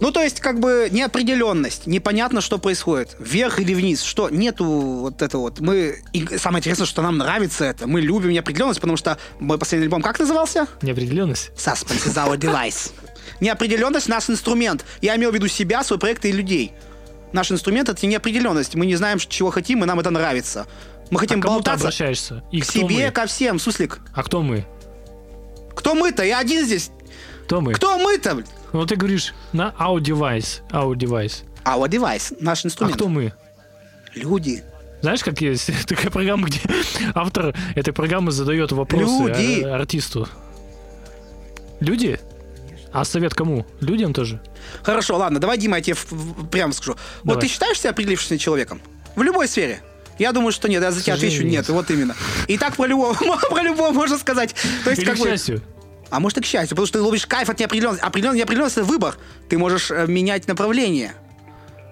Speaker 3: Ну, то есть, как бы неопределенность, непонятно, что происходит, вверх или вниз, что нету вот это вот. Мы и самое интересное, что нам нравится это, мы любим неопределенность, потому что мой последний альбом как назывался?
Speaker 2: Неопределенность. А
Speaker 3: Suspense is our device. Неопределенность наш инструмент. Я имел в виду себя, свой проект и людей. Наш инструмент это неопределенность. Мы не знаем, чего хотим, и нам это нравится. Мы
Speaker 2: А
Speaker 3: хотим
Speaker 2: к кому ты
Speaker 3: болтаться
Speaker 2: обращаешься? И
Speaker 3: к
Speaker 2: кто
Speaker 3: себе,
Speaker 2: мы?
Speaker 3: ко всем, суслик.
Speaker 2: А кто мы?
Speaker 3: Кто мы-то? Я один здесь.
Speaker 2: Кто мы?
Speaker 3: Кто мы-то? блин?
Speaker 2: Ну ты говоришь на аудевайс, аудевайс.
Speaker 3: Our device, наш
Speaker 2: А
Speaker 3: инструмент.
Speaker 2: кто мы?
Speaker 3: Люди.
Speaker 2: Знаешь, как есть такая программа, где автор этой программы задает вопросы
Speaker 3: Люди.
Speaker 2: а- артисту. Люди? А совет кому? Людям тоже?
Speaker 3: Хорошо, ладно, давай, Дима, я тебе в- в- прямо скажу.
Speaker 2: Давай.
Speaker 3: Вот ты считаешь себя определившимся человеком? В любой сфере. Я думаю, что нет, я за тебя отвечу
Speaker 2: сожалению,
Speaker 3: нет, вот именно. И так про любого, про любого можно сказать. То есть,
Speaker 2: Или,
Speaker 3: как
Speaker 2: к
Speaker 3: бы-
Speaker 2: счастью,
Speaker 3: А может и к счастью, потому что ты ловишь кайф от неопределенности. Определенность, неопределенность — это выбор. Ты можешь э, менять направление.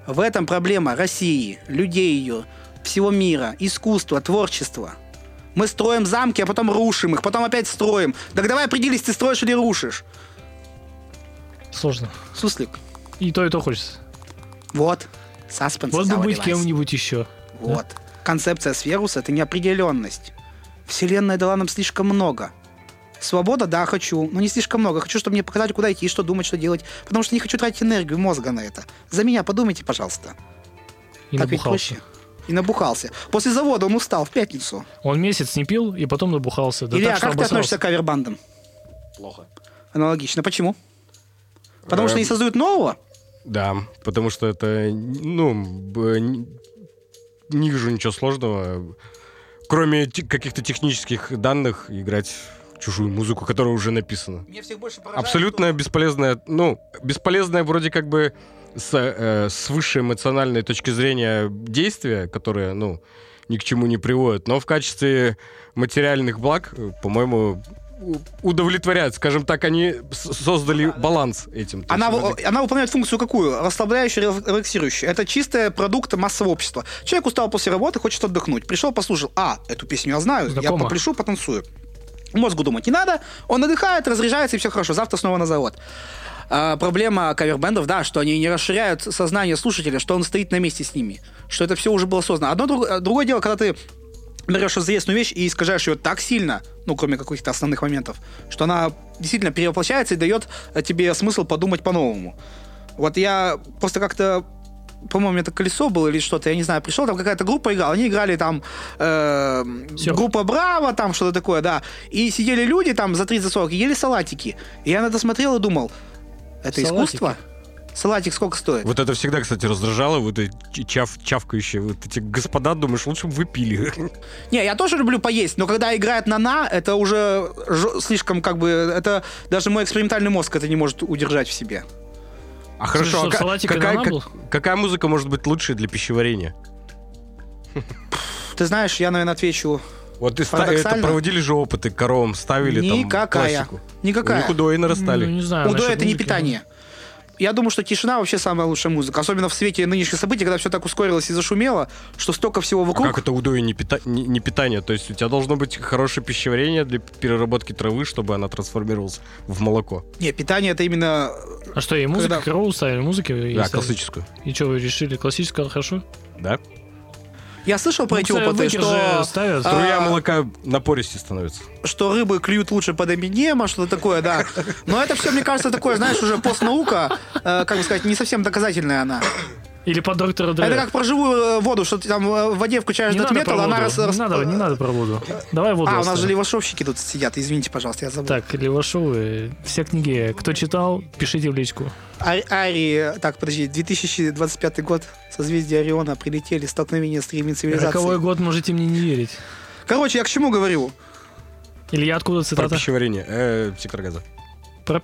Speaker 3: В этом проблема России, людей ее, всего мира, искусства, творчества. Мы строим замки, а потом рушим их, потом опять строим. Так давай определись, ты строишь или рушишь.
Speaker 2: сложно.
Speaker 3: Суслик,
Speaker 2: И то, и то хочется.
Speaker 3: вот. Саспенс.
Speaker 2: Вот бы быть кем-нибудь еще.
Speaker 3: Вот. Концепция сферуса — это неопределенность. Вселенная дала нам слишком много. Свобода, да, хочу, но не слишком много. Хочу, чтобы мне показали, куда идти, что думать, что делать. Потому что не хочу тратить энергию мозга на это. За меня подумайте, пожалуйста.
Speaker 2: И
Speaker 3: так ведь
Speaker 2: набухался.
Speaker 3: проще. И набухался. После завода он устал в пятницу.
Speaker 2: Он месяц не пил и потом набухался. Да
Speaker 3: Илья,
Speaker 2: так, что
Speaker 3: как ты
Speaker 2: обосрался.
Speaker 3: относишься к кавербандам?
Speaker 1: Плохо.
Speaker 3: Аналогично. Почему? Потому что
Speaker 1: Эм.
Speaker 3: не создают нового?
Speaker 1: Да, потому что это, ну, б- н- не вижу ничего сложного. Кроме те- каких-то технических данных играть чужую музыку, которая уже написана.
Speaker 3: Мне всех больше поражает,
Speaker 1: Абсолютно бесполезная, ну, бесполезная вроде как бы с, э, с высшей эмоциональной точки зрения действия, которое, ну, ни к чему не приводит, но в качестве материальных благ, э, по-моему, у- удовлетворяет. Скажем так, они с- создали баланс этим. То
Speaker 3: Она,
Speaker 1: есть
Speaker 3: в-
Speaker 1: вроде-
Speaker 3: она выполняет функцию какую? Расслабляющую, релакс- релаксирующую. Это чистая продукт массового общества. Человек устал после работы, хочет отдохнуть. Пришел, послушал. А, эту песню я знаю,
Speaker 2: Знакомо.
Speaker 3: я попляшу, потанцую. Мозгу думать не надо, он отдыхает, разряжается, и все хорошо. Завтра снова на завод. А, проблема кавербендов, да, что они не расширяют сознание слушателя, что он стоит на месте с ними, что это все уже было создано. Одно друг- другое дело, когда ты берешь известную вещь и искажаешь ее так сильно, ну, кроме каких-то основных моментов, что она действительно перевоплощается и дает э, тебе смысл подумать по-новому. Вот я просто как-то по-моему, это колесо было или что-то, я не знаю, пришел, там какая-то группа играла, они играли там э,
Speaker 2: Всё.
Speaker 3: группа Браво, там что-то такое, да, и сидели люди там за 30-40 и ели салатики. И я на это смотрел и думал, это
Speaker 2: Салатики?
Speaker 3: искусство? Салатик сколько стоит?
Speaker 1: Вот это всегда, кстати, раздражало, вот эти чав- чавкающие, вот эти господа, думаешь, лучше бы вы пили.
Speaker 3: Не, я тоже люблю поесть, но когда играет на на, это уже жё- слишком как бы, это даже мой экспериментальный мозг это не может удержать в себе.
Speaker 1: А хорошо,
Speaker 2: что,
Speaker 1: а ка-
Speaker 2: салатик и
Speaker 1: какая,
Speaker 2: банан
Speaker 1: как-
Speaker 2: был?
Speaker 1: какая музыка может быть лучше для пищеварения?
Speaker 3: Ты знаешь, я, наверное, отвечу,
Speaker 1: Вот и ста- это
Speaker 3: Парадоксально.
Speaker 1: проводили же опыты, коровам ставили там
Speaker 3: никакая.
Speaker 1: пластику. У
Speaker 3: Никакая.
Speaker 1: них удои нарастали.
Speaker 2: Ну, не знаю.
Speaker 3: Удо
Speaker 2: насчет
Speaker 3: это не
Speaker 2: музыки.
Speaker 3: питание. Я думаю, что тишина вообще самая лучшая музыка. Особенно в свете нынешних событий, когда все так ускорилось и зашумело, что столько всего
Speaker 1: А
Speaker 3: вокруг.
Speaker 1: как это удои не, пита- не- не питание? То есть у тебя должно быть хорошее пищеварение для переработки травы, чтобы она трансформировалась в молоко.
Speaker 3: Не, питание это именно...
Speaker 2: А что, и музыка,
Speaker 3: Когда-
Speaker 2: корову ставили, музыки? и
Speaker 1: Да,
Speaker 2: ставили?
Speaker 1: классическую.
Speaker 2: И что, вы решили, классическая хорошо?
Speaker 1: Да?
Speaker 3: Я слышал про
Speaker 2: Ну,
Speaker 3: эти
Speaker 2: кстати,
Speaker 3: опыты,
Speaker 2: Выкер
Speaker 3: что,
Speaker 2: же ставят.
Speaker 3: А,
Speaker 1: Струя молока напористее становится.
Speaker 3: что рыбы клюют лучше под аминема, что-то такое, да. Но это все, мне кажется, такое, знаешь, уже постнаука, э, как бы сказать, не совсем доказательная она.
Speaker 2: Или по доктору Дре.
Speaker 3: Это как про живую э, воду, что ты там э, в воде включаешь
Speaker 2: не
Speaker 3: этот
Speaker 2: надо
Speaker 3: металл,
Speaker 2: про
Speaker 3: она
Speaker 2: воду.
Speaker 3: раз...
Speaker 2: не,
Speaker 3: раз- э,
Speaker 2: надо, не надо про воду. Давай воду.
Speaker 3: А, у нас
Speaker 2: оставим.
Speaker 3: же левашовщики тут сидят, извините, пожалуйста, я забыл.
Speaker 2: Так, Левашовы, все книги, кто читал, пишите в личку.
Speaker 3: Ари- Ари, так, подожди, 2025 год, созвездие Ориона, прилетели, столкновение с тремя
Speaker 2: Роковой
Speaker 3: цивилизациями.
Speaker 2: год можете мне не верить.
Speaker 3: Короче, я к чему говорю?
Speaker 2: Или я откуда
Speaker 1: Про
Speaker 2: цитата?
Speaker 1: пищеварение. Э, сектор газа.
Speaker 2: Про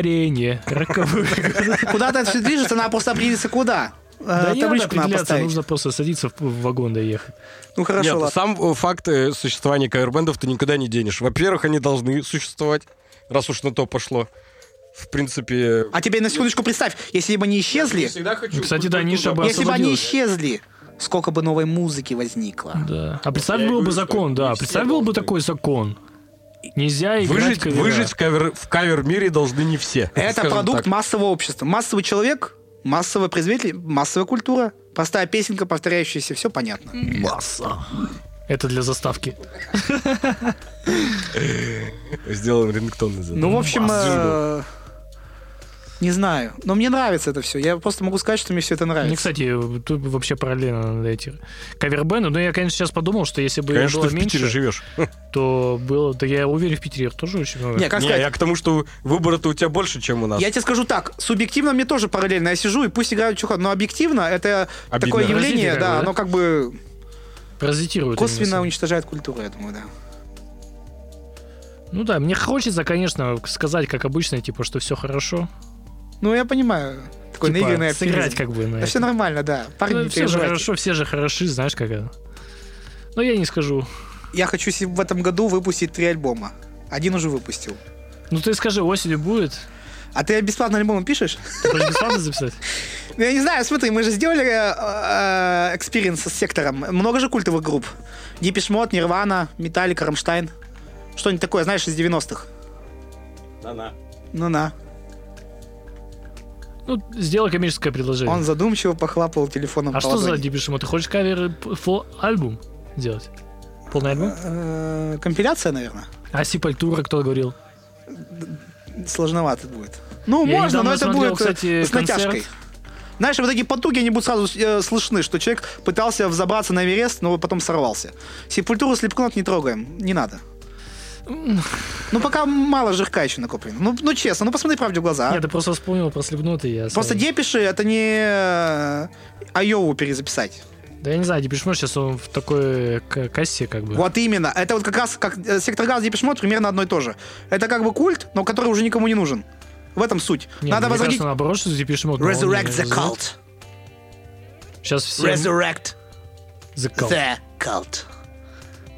Speaker 2: пищеварение. Роковой год.
Speaker 3: Куда-то это все движется, надо просто определиться куда.
Speaker 2: Да
Speaker 3: Э,
Speaker 2: не надо
Speaker 3: Табличку надо
Speaker 2: определяться, ну,
Speaker 3: поставить.
Speaker 2: нужно просто садиться в- в вагон доехать.
Speaker 3: Ну хорошо,
Speaker 1: Нет,
Speaker 3: ладно.
Speaker 1: сам э, факт э, существования кавербендов ты никуда не денешь. Во-первых, они должны существовать, раз уж на то пошло. В принципе...
Speaker 3: А тебе на секундочку представь, если бы они исчезли,
Speaker 1: всегда хочу...
Speaker 2: Кстати, да, Ниша бы
Speaker 3: если бы они
Speaker 2: освободилась.
Speaker 3: исчезли, сколько бы новой музыки возникло.
Speaker 2: Да. А представь,
Speaker 1: я и
Speaker 2: был бы
Speaker 1: говорю, что
Speaker 2: закон,
Speaker 1: не
Speaker 2: да.
Speaker 1: все
Speaker 2: Представь, был бы
Speaker 1: должны.
Speaker 2: такой закон. Нельзя играть
Speaker 1: Выжить,
Speaker 2: кавера.
Speaker 1: выжить в, кавер, в кавер-мире должны не все.
Speaker 3: Это
Speaker 1: скажем
Speaker 3: продукт
Speaker 1: так.
Speaker 3: массового общества. Массовый человек, массовый производитель, массовая культура. Простая песенка, повторяющаяся, все понятно.
Speaker 2: Это для заставки.
Speaker 1: Сделаем рингтон из этого.
Speaker 3: Ну, в общем, э, не знаю. Но мне нравится это все. Я просто могу сказать, что мне все это
Speaker 2: Мне,
Speaker 3: нравится.
Speaker 2: кстати, тут вообще параллельно надо эти кавербенды. Но ну, я, конечно, сейчас подумал, что если
Speaker 3: э,
Speaker 2: бы их
Speaker 1: Конечно, ты
Speaker 2: было
Speaker 1: в Питере
Speaker 2: меньше,
Speaker 1: живешь.
Speaker 2: то было... Да я уверен, в Питере их тоже очень много.
Speaker 3: Не, как
Speaker 1: Не,
Speaker 3: сказать,
Speaker 1: я к тому, что выбора-то у тебя больше, чем у нас.
Speaker 3: Я тебе скажу так, субъективно мне тоже параллельно. Я сижу и пусть играют чухат, но объективно это
Speaker 1: Обидно.
Speaker 3: такое явление,
Speaker 2: Разительно,
Speaker 3: да,
Speaker 2: да?
Speaker 3: оно как бы
Speaker 2: Паразитируют они на
Speaker 3: косвенно
Speaker 2: самом
Speaker 3: уничтожает культуру, я думаю, да.
Speaker 2: деле. Ну да, мне хочется, конечно, сказать, как обычно, типа, что все хорошо.
Speaker 3: Ну, я понимаю, такой
Speaker 2: Типа,
Speaker 3: наигранный оптимизм.
Speaker 2: сыграть как бы на
Speaker 3: Да все
Speaker 2: этом.
Speaker 3: нормально, да. Парни,
Speaker 2: Ну,
Speaker 3: не
Speaker 2: все же
Speaker 3: переживайте.
Speaker 2: хорошо, все же хороши, знаешь, как это. Но я не скажу.
Speaker 3: Я хочу се- в этом году выпустить три альбома. Один уже выпустил.
Speaker 2: Ну ты скажи, осенью будет?
Speaker 3: А ты бесплатно альбомы пишешь?
Speaker 2: Ты хочешь бесплатно записать?
Speaker 3: Ну, Я не знаю, смотри, мы же сделали э, э, экспириенс с сектором. Много же культовых групп. Дипиш Мод, Нирвана, Металлика, Рамштайн. Что-нибудь такое, знаешь, из 90-х. Ну на.
Speaker 2: Ну, сделай коммерческое предложение.
Speaker 3: Он задумчиво похлапал телефоном
Speaker 2: А
Speaker 3: по
Speaker 2: что за
Speaker 3: ладони.
Speaker 2: дебишимо? Ты хочешь кавер фо- альбум сделать? Полный альбум?
Speaker 3: Э, Компиляция, наверное.
Speaker 2: А Сепультура кто говорил?
Speaker 3: Сложновато будет. Ну,
Speaker 2: Я
Speaker 3: можно, но
Speaker 2: недавно смотрел,
Speaker 3: это будет э,
Speaker 2: кстати,
Speaker 3: с натяжкой.
Speaker 2: концерт.
Speaker 3: Знаешь, вот такие потуги, они будут сразу э, слышны, что человек пытался взобраться на Эверест, но потом сорвался. Сепультуру слепкнот не трогаем, не надо. Ну, пока мало жирка еще накоплено. Ну, ну, честно, ну посмотри правде в глаза. а.
Speaker 2: Я ты просто вспомнил про Slipknot, и я...
Speaker 3: Просто
Speaker 2: сразу-
Speaker 3: депиши это не э, Айову перезаписать.
Speaker 2: Да я не знаю, Depeche Mode сейчас он в такой к- кассе как бы.
Speaker 3: Вот именно. Это вот как раз как э, сектор газа Depeche Mode примерно одно и то же. Это как бы культ, но который уже никому не нужен. В этом суть.
Speaker 2: Не,
Speaker 3: Надо
Speaker 2: мне
Speaker 3: возродить...
Speaker 2: кажется, наоборот, типа что Depeche Mode.
Speaker 4: Resurrect the cult.
Speaker 2: Сейчас все...
Speaker 4: Resurrect
Speaker 2: The Cult.
Speaker 4: the cult.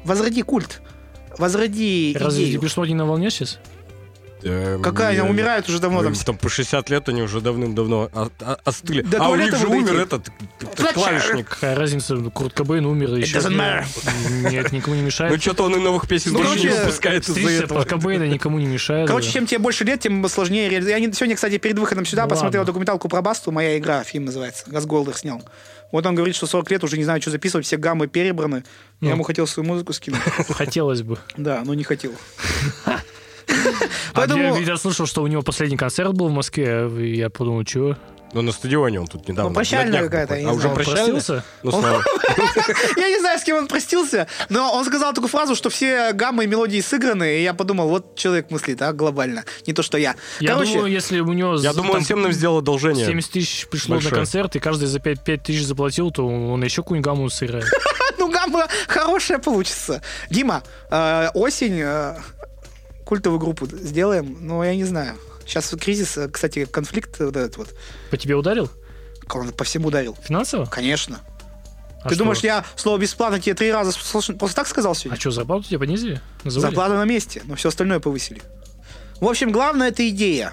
Speaker 3: Возроди культ. Возроди
Speaker 2: Разве
Speaker 3: идею.
Speaker 2: Depeche Mode не на волне сейчас?
Speaker 1: Э,
Speaker 3: Какая
Speaker 1: мне-
Speaker 3: она умирает уже давно там.
Speaker 1: Им Там по 60 лет они уже давным-давно о- о- остыли.
Speaker 3: До
Speaker 1: а у
Speaker 3: туалета
Speaker 1: них же
Speaker 3: бы дойти.
Speaker 1: умер этот
Speaker 3: Флетчер.
Speaker 1: клавишник.
Speaker 2: Какая разница, Курт Кобейн умер и еще...
Speaker 4: doesn't
Speaker 2: Нет, никому не
Speaker 1: Ну
Speaker 2: мешает.
Speaker 1: что-то он и новых песен
Speaker 3: Ну,
Speaker 1: больше не
Speaker 3: короче,
Speaker 1: выпускает из-за
Speaker 2: Стричься
Speaker 1: этого.
Speaker 2: под Кобейна никому не мешает.
Speaker 3: Короче,
Speaker 2: да.
Speaker 3: чем тебе больше лет, тем сложнее. реали- Я не- сегодня, кстати, перед выходом сюда
Speaker 2: Ну
Speaker 3: посмотрел
Speaker 2: ладно.
Speaker 3: документалку про Басту. Моя игра, фильм называется. Газголдер снял. Вот он говорит, что 40 лет уже не знаю, что записывать, все гаммы перебраны. Я
Speaker 2: Ну.
Speaker 3: ему хотел свою музыку скинуть.
Speaker 2: Хотелось бы.
Speaker 3: Да, но не хотел.
Speaker 2: А
Speaker 3: Поэтому-
Speaker 2: я, я слышал, что у него последний концерт был в Москве, и я подумал, чего?
Speaker 1: Но Ну, на стадионе он тут недавно.
Speaker 3: Ну, прощальная
Speaker 1: на днях
Speaker 3: какая-то,
Speaker 1: буквально.
Speaker 3: я не
Speaker 1: А уже
Speaker 3: знаю.
Speaker 1: прощальная?
Speaker 2: Простился?
Speaker 1: Ну, слава.
Speaker 3: Я не знаю, с кем он простился, но он сказал такую фразу, что все гаммы и мелодии сыграны, и я подумал, вот человек мыслит, а, глобально. Не то, что я.
Speaker 2: Я думаю,
Speaker 3: Короче,
Speaker 2: если у него
Speaker 1: Я
Speaker 2: з-
Speaker 1: думаю, он
Speaker 2: там
Speaker 1: всем нам сделал одолжение.
Speaker 2: 70 тысяч пришло на
Speaker 1: Большое.
Speaker 2: концерт, и каждый за 5, тысяч заплатил, то он еще какую-нибудь гамму сыграет.
Speaker 3: ну, гамма хорошая получится. Дима, э, осень, э, культовую группу сделаем, но я не знаю. Сейчас кризис, э, кстати, конфликт вот этот вот.
Speaker 2: По тебе ударил?
Speaker 3: Он по всем ударил.
Speaker 2: Финансово?
Speaker 3: Конечно.
Speaker 2: А
Speaker 3: Ты
Speaker 2: что?
Speaker 3: думаешь, я слово бесплатно тебе три раза слыш- просто так сказал сегодня?
Speaker 2: А что, зарплату тебе понизили? Называли?
Speaker 3: Зарплата на месте, но все остальное повысили. В общем, главное это идея.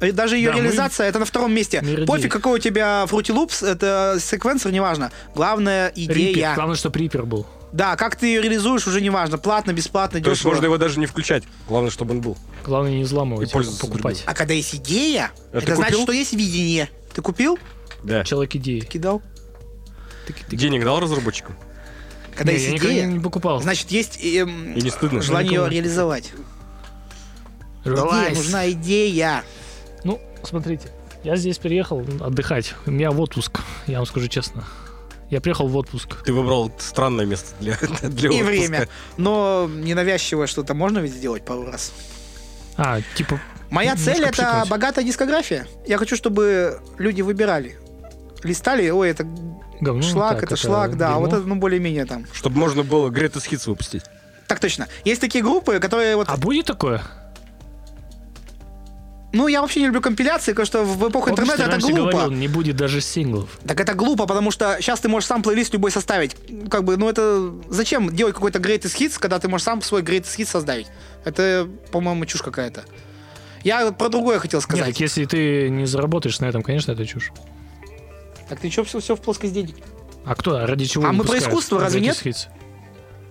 Speaker 3: И даже ее
Speaker 2: Да, мы-
Speaker 3: реализация это на втором месте.
Speaker 2: Мир идей.
Speaker 3: Пофиг, какой у тебя Fruity Loops, это секвенсор, неважно. Главное идея.
Speaker 2: Рипер. Главное, что припер был.
Speaker 3: Да, как ты ее реализуешь, уже неважно. Платно, бесплатно,
Speaker 1: То есть
Speaker 3: дешево.
Speaker 1: можно его даже не включать. Главное, чтобы он был.
Speaker 2: Главное не взламывать,
Speaker 1: И
Speaker 2: а
Speaker 1: пользоваться
Speaker 2: покупать.
Speaker 3: А когда есть идея,
Speaker 1: А
Speaker 3: это
Speaker 1: ты
Speaker 3: значит,
Speaker 1: купил?
Speaker 3: что есть видение. Ты купил? А.
Speaker 1: Да.
Speaker 2: Человек идеи.
Speaker 3: Кидал.
Speaker 1: Денег дал разработчикам?
Speaker 3: Когда
Speaker 2: Не,
Speaker 3: есть
Speaker 2: я никогда
Speaker 3: идея,
Speaker 2: не покупал.
Speaker 3: значит, есть эм,
Speaker 1: И ну, не стыдно?
Speaker 3: желание ее
Speaker 2: Никому.
Speaker 3: реализовать. Идея,
Speaker 2: Релайз.
Speaker 3: нужна идея.
Speaker 2: Ну, смотрите, я здесь приехал отдыхать. У меня в отпуск, я вам скажу честно. Я приехал в отпуск.
Speaker 1: Ты выбрал странное место для, для
Speaker 3: И
Speaker 1: отпуска.
Speaker 3: время. Но ненавязчивое что-то можно ведь сделать пару раз.
Speaker 2: А, типа,
Speaker 3: Моя
Speaker 2: Немножко
Speaker 3: цель это
Speaker 2: пшикнуть.
Speaker 3: богатая дискография. Я хочу, чтобы люди выбирали. Листали, ой, это
Speaker 2: говно.
Speaker 3: шлак,
Speaker 2: Ну, так,
Speaker 3: это шлак, да,
Speaker 2: дерьмо.
Speaker 3: вот это, ну, более-менее там.
Speaker 1: Чтобы можно было Гретес Хитс выпустить.
Speaker 3: Так точно. Есть такие группы, которые вот...
Speaker 2: А будет такое?
Speaker 3: Ну, я вообще не люблю компиляции, потому что в эпоху
Speaker 2: Помнишь,
Speaker 3: интернета
Speaker 2: ты
Speaker 3: это
Speaker 2: Ну, раньше
Speaker 3: глупо.
Speaker 2: говорил, не будет даже синглов.
Speaker 3: Так это глупо, потому что сейчас ты можешь сам плейлист любой составить. Ну, Как бы, ну это... Зачем делать какой-то greatest hits, когда ты можешь сам свой greatest hits создать? Это, по-моему, чушь какая-то. Я про другое хотел
Speaker 2: Нет,
Speaker 3: сказать.
Speaker 2: так если ты не заработаешь на этом, конечно, это чушь.
Speaker 3: Так ты чё все, все в плоскость денег?
Speaker 2: А кто? а Ради чего
Speaker 3: А мы про
Speaker 2: выпускают
Speaker 3: искусство, разве
Speaker 2: Greatest
Speaker 3: нет?
Speaker 2: Hits?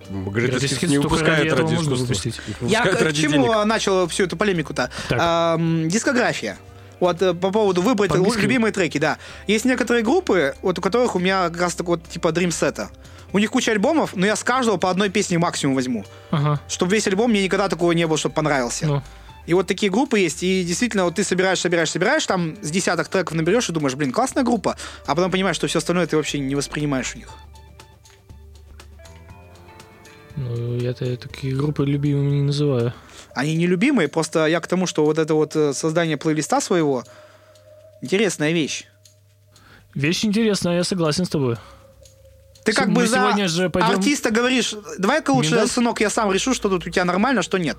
Speaker 1: Гретес
Speaker 2: Greatest
Speaker 1: Хитс
Speaker 2: Hits
Speaker 1: не
Speaker 2: только ради
Speaker 1: выпускает
Speaker 2: этого
Speaker 1: ради
Speaker 2: можно
Speaker 1: искусства.
Speaker 2: выпустить.
Speaker 1: Их
Speaker 3: Я
Speaker 1: выпускают
Speaker 3: к, к
Speaker 1: ради
Speaker 3: чему
Speaker 1: денег.
Speaker 3: а, начал всю эту полемику-то?
Speaker 2: Так.
Speaker 3: Ам, дискография. Вот э, по поводу выбрать
Speaker 2: По-английски?
Speaker 3: лу- любимые треки, да. Есть некоторые группы, вот у которых у меня как раз так вот типа Dream Set. У них куча альбомов, но я с каждого по одной песне максимум возьму.
Speaker 2: Ага.
Speaker 3: Чтобы весь альбом мне никогда такого не было, чтобы понравился.
Speaker 2: Ну,
Speaker 3: И вот такие группы есть, и действительно, вот ты собираешь, собираешь, собираешь, там с десяток треков наберешь и думаешь, блин, классная группа, а потом понимаешь, что все остальное ты вообще не воспринимаешь у них.
Speaker 2: ну, я-то такие группы любимыми не называю.
Speaker 3: Они нелюбимые, просто я к тому, что вот это вот э, создание плейлиста своего интересная вещь.
Speaker 2: Вещь интересная, я согласен с тобой.
Speaker 3: Ты как
Speaker 2: Мы
Speaker 3: бы за
Speaker 2: сегодня же пойдем...
Speaker 3: артиста говоришь, давай-ка лучше,
Speaker 2: Миндаль?
Speaker 3: сынок, я сам решу, что тут у тебя нормально, что нет.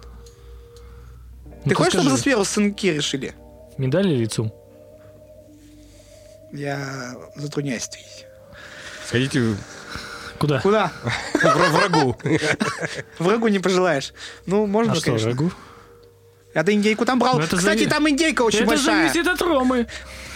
Speaker 2: Ну,
Speaker 3: ты хочешь, чтобы
Speaker 2: скажи,
Speaker 3: за сферу сынки решили?
Speaker 2: Медаль или лицом?
Speaker 3: Я затрудняюсь ответить.
Speaker 1: Сходите
Speaker 2: Куда?
Speaker 3: Куда?
Speaker 1: в врагу.
Speaker 3: Врагу не пожелаешь. Ну, можно,
Speaker 2: А что,
Speaker 3: конечно.
Speaker 2: рагу?
Speaker 3: Я то индейку там брал.
Speaker 2: Ну, это
Speaker 3: Кстати,
Speaker 2: зави-
Speaker 3: там индейка очень
Speaker 2: это
Speaker 3: большая.
Speaker 2: зависит от Ромы.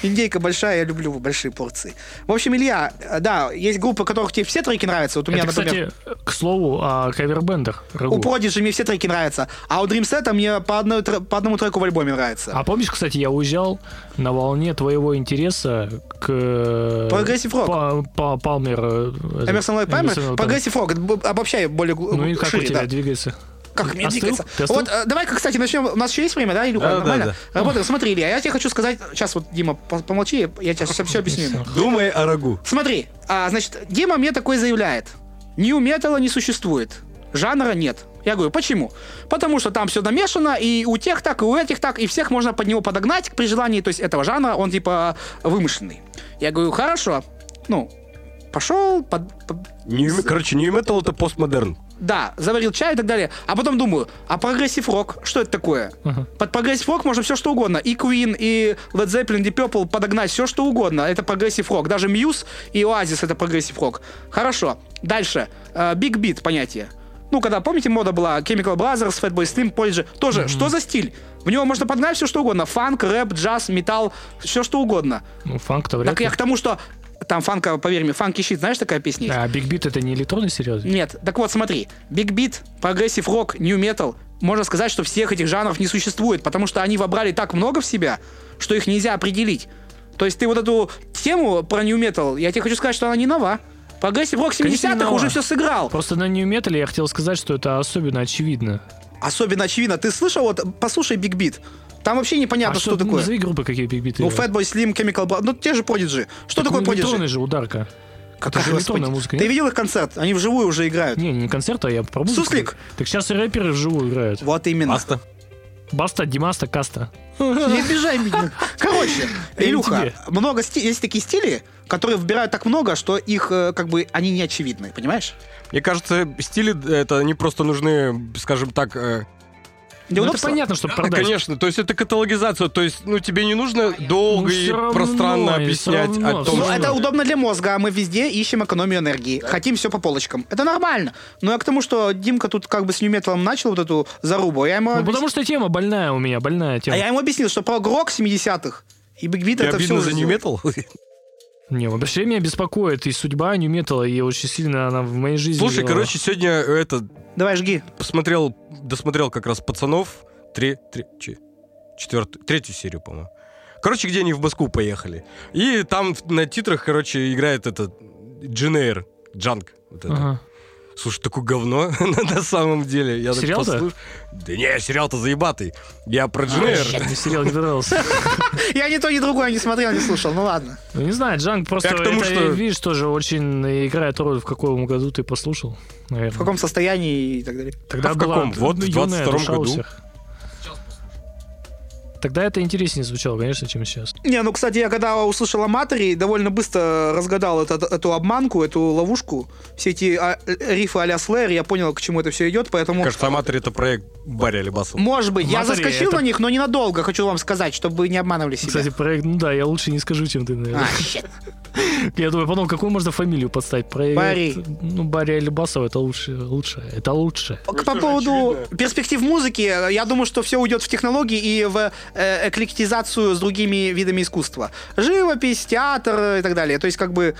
Speaker 3: Индейка большая, я люблю большие порции. В общем, Илья, э, да, есть группы, которых тебе все треки нравятся. Вот у меня,
Speaker 2: это,
Speaker 3: например,
Speaker 2: кстати, к слову о кавербендах. Рагу.
Speaker 3: у Prodigy мне все треки нравятся, а у Dreamset мне по, одной, тре- по одному треку в альбоме нравится.
Speaker 2: А помнишь, кстати, я уезжал на волне твоего интереса к...
Speaker 3: Прогрессив рок.
Speaker 2: Па- па- Палмер... э, этот,
Speaker 3: Эмерсон Лайт Паймер,
Speaker 2: Эмерсон Лайт
Speaker 3: Progressive Rock, это б- обобщай более гу-
Speaker 2: Ну и как у
Speaker 3: шире,
Speaker 2: тебя
Speaker 3: да.
Speaker 2: двигается?
Speaker 3: Как мне
Speaker 2: Остыл?
Speaker 3: двигаться?
Speaker 2: Ты остыл?
Speaker 3: Вот, э, давай-ка, кстати, начнем. У нас еще есть время, да, Илюха?
Speaker 1: Да, да,
Speaker 3: Нормально?
Speaker 1: да.
Speaker 3: Работаем. Смотри, Илья, я тебе хочу сказать... Сейчас вот, Дима, по- помолчи, я тебе все, объясню. ему.
Speaker 1: Думай о рагу.
Speaker 3: Смотри, а, значит, Дима мне такой заявляет. Нью металла не существует. Жанра нет. Я говорю, почему? Потому что там все намешано, и у тех так, и у этих так, и всех можно под него подогнать при желании, то есть этого жанра, он типа вымышленный. Я говорю, хорошо, ну, пошел, под- под-
Speaker 1: Нью- короче, нью metal это постмодерн.
Speaker 3: да, заварил чай и так далее. А потом думаю, а прогрессив рок, что это такое?
Speaker 2: Ага.
Speaker 3: Под прогрессив рок можно все что угодно. И Queen, и Led Zeppelin, и Purple подогнать все что угодно. Это прогрессив рок. Даже Muse и Oasis это прогрессив рок. Хорошо. Дальше. Биг бит понятие. Ну, когда, помните, мода была Chemical Brothers, Fatboy Slim, позже. Тоже, что за стиль? В него можно подгнать все что угодно. Фанк, рэп, джаз, металл, все что угодно.
Speaker 2: Ну, фанк-то
Speaker 3: Так
Speaker 2: вряд ли.
Speaker 3: я к тому, что там фанка, поверь мне, фанки щит, знаешь, такая песня? есть?
Speaker 2: А Биг Бит это не электронный серьезно?
Speaker 3: Нет, так вот, смотри, биг бит, прогрессив рок, нью метал, можно сказать, что всех этих жанров не существует, потому что они вобрали так много в себя, что их нельзя определить. То есть ты вот эту тему про нью метал, я тебе хочу сказать, что она не нова. Прогрессив рок
Speaker 2: Конечно, не
Speaker 3: 70-х
Speaker 2: нова.
Speaker 3: уже все сыграл.
Speaker 2: Просто на нью метале я хотел сказать, что это особенно очевидно.
Speaker 3: Особенно очевидно. Ты слышал, вот послушай биг бит. Там вообще непонятно,
Speaker 2: а
Speaker 3: что, такое.
Speaker 2: Назови группы, какие Биг Биты.
Speaker 3: Ну,
Speaker 2: играют.
Speaker 3: Fatboy Slim, Chemical Brothers, ну те же Prodigy. Что
Speaker 2: Так
Speaker 3: такое
Speaker 2: ну, электронный
Speaker 3: Prodigy?
Speaker 2: же ударка.
Speaker 3: Какая,
Speaker 2: же электронная музыка,
Speaker 3: Ты
Speaker 2: нет?
Speaker 3: видел их концерт? Они вживую уже играют.
Speaker 2: Не, не концерт, а я пробую.
Speaker 3: Суслик!
Speaker 2: Так сейчас и рэперы вживую играют.
Speaker 3: Вот именно.
Speaker 2: А
Speaker 1: Баста.
Speaker 2: Баста, Димаста, Каста.
Speaker 3: Не обижай меня. Короче,
Speaker 2: Я не
Speaker 3: Илюха,
Speaker 2: тебе.
Speaker 3: много сти- есть такие стили, которые выбирают так много, что их э, как бы они не очевидны, понимаешь?
Speaker 1: Мне кажется, стили э, это они просто нужны, скажем так, э,
Speaker 3: Для
Speaker 2: Ну, это
Speaker 3: удобства.
Speaker 2: понятно, чтобы
Speaker 1: Да,
Speaker 2: продать.
Speaker 1: конечно. То есть это каталогизация. То есть, ну, тебе не нужно долго
Speaker 2: Ну,
Speaker 1: и
Speaker 2: всё равно,
Speaker 1: пространно
Speaker 2: и всё
Speaker 1: объяснять
Speaker 2: равно,
Speaker 1: о
Speaker 2: всё
Speaker 1: том,
Speaker 3: Ну,
Speaker 1: что...
Speaker 2: равно.
Speaker 3: это удобно для мозга, а мы везде ищем экономию энергии. Хотим все по полочкам. Это нормально. Но я к тому, что Димка тут как бы с нью-металом начал вот эту зарубу, а я ему,
Speaker 2: Ну,
Speaker 3: объяс-
Speaker 2: потому что тема больная у меня, больная
Speaker 3: а
Speaker 2: тема.
Speaker 3: я ему объяснил, что про грок 70-х и бигбит
Speaker 1: Тебе
Speaker 3: это все
Speaker 1: обидно за нью-метал?
Speaker 2: Не, вообще меня беспокоит и судьба нью металла, и очень сильно она в моей жизни.
Speaker 1: Слушай,
Speaker 2: играла.
Speaker 1: короче, сегодня э, это...
Speaker 3: Давай, жги.
Speaker 1: Посмотрел, досмотрел как раз «Пацанов». Три, три, че- четвертую, третью серию, по-моему. Короче, где они в Москву поехали. И там в- на титрах, короче, играет этот Джин Эйр, Джанк. Вот это.
Speaker 2: Ага.
Speaker 1: Слушай, такое говно на самом деле. Я так
Speaker 2: Сериал-то?
Speaker 1: послуш- Да не, сериал-то заебатый. Я
Speaker 3: А,
Speaker 1: про Джин Эйр.
Speaker 2: Мне сериал не нравился.
Speaker 3: Я ни то, ни другое не смотрел, не слушал. Ну ладно.
Speaker 2: Ну, не знаю, Джанг просто,
Speaker 1: Я к тому,
Speaker 2: это,
Speaker 1: что-
Speaker 2: видишь, тоже очень играет роль, в каком году ты послушал, наверное.
Speaker 3: В каком состоянии и так далее.
Speaker 2: Тогда
Speaker 1: А в
Speaker 2: была
Speaker 1: каком? Вот в
Speaker 2: юная
Speaker 1: 22-м
Speaker 2: душа у
Speaker 1: году.
Speaker 2: всех. Тогда это интереснее звучало, конечно, чем сейчас.
Speaker 3: Не, ну, кстати, я когда услышал о Матери, довольно быстро разгадал этот- эту обманку, эту ловушку. Все эти а, э, рифы а-ля Slayer, я понял, к чему это все идет, поэтому...
Speaker 1: Кажется, «Аматори» — это проект Барри Алибасова.
Speaker 3: Может быть, я
Speaker 2: Матери
Speaker 3: заскочил
Speaker 2: это-
Speaker 3: на них, но ненадолго, хочу вам сказать, чтобы вы не обманывали себя.
Speaker 2: Кстати, проект, ну да, я лучше не скажу, чем ты, наверное.
Speaker 3: А, щит.
Speaker 2: Я думаю, потом какую можно фамилию подставить? Проект,
Speaker 3: Барри.
Speaker 2: Ну, Барри Алибасова, это лучше, лучше, это лучше.
Speaker 3: По поводу перспектив музыки, э, я думаю, что все уйдет в технологии и в э, эклектизацию с другими видами искусства. Живопись, театр э, и так далее. То есть, как бы,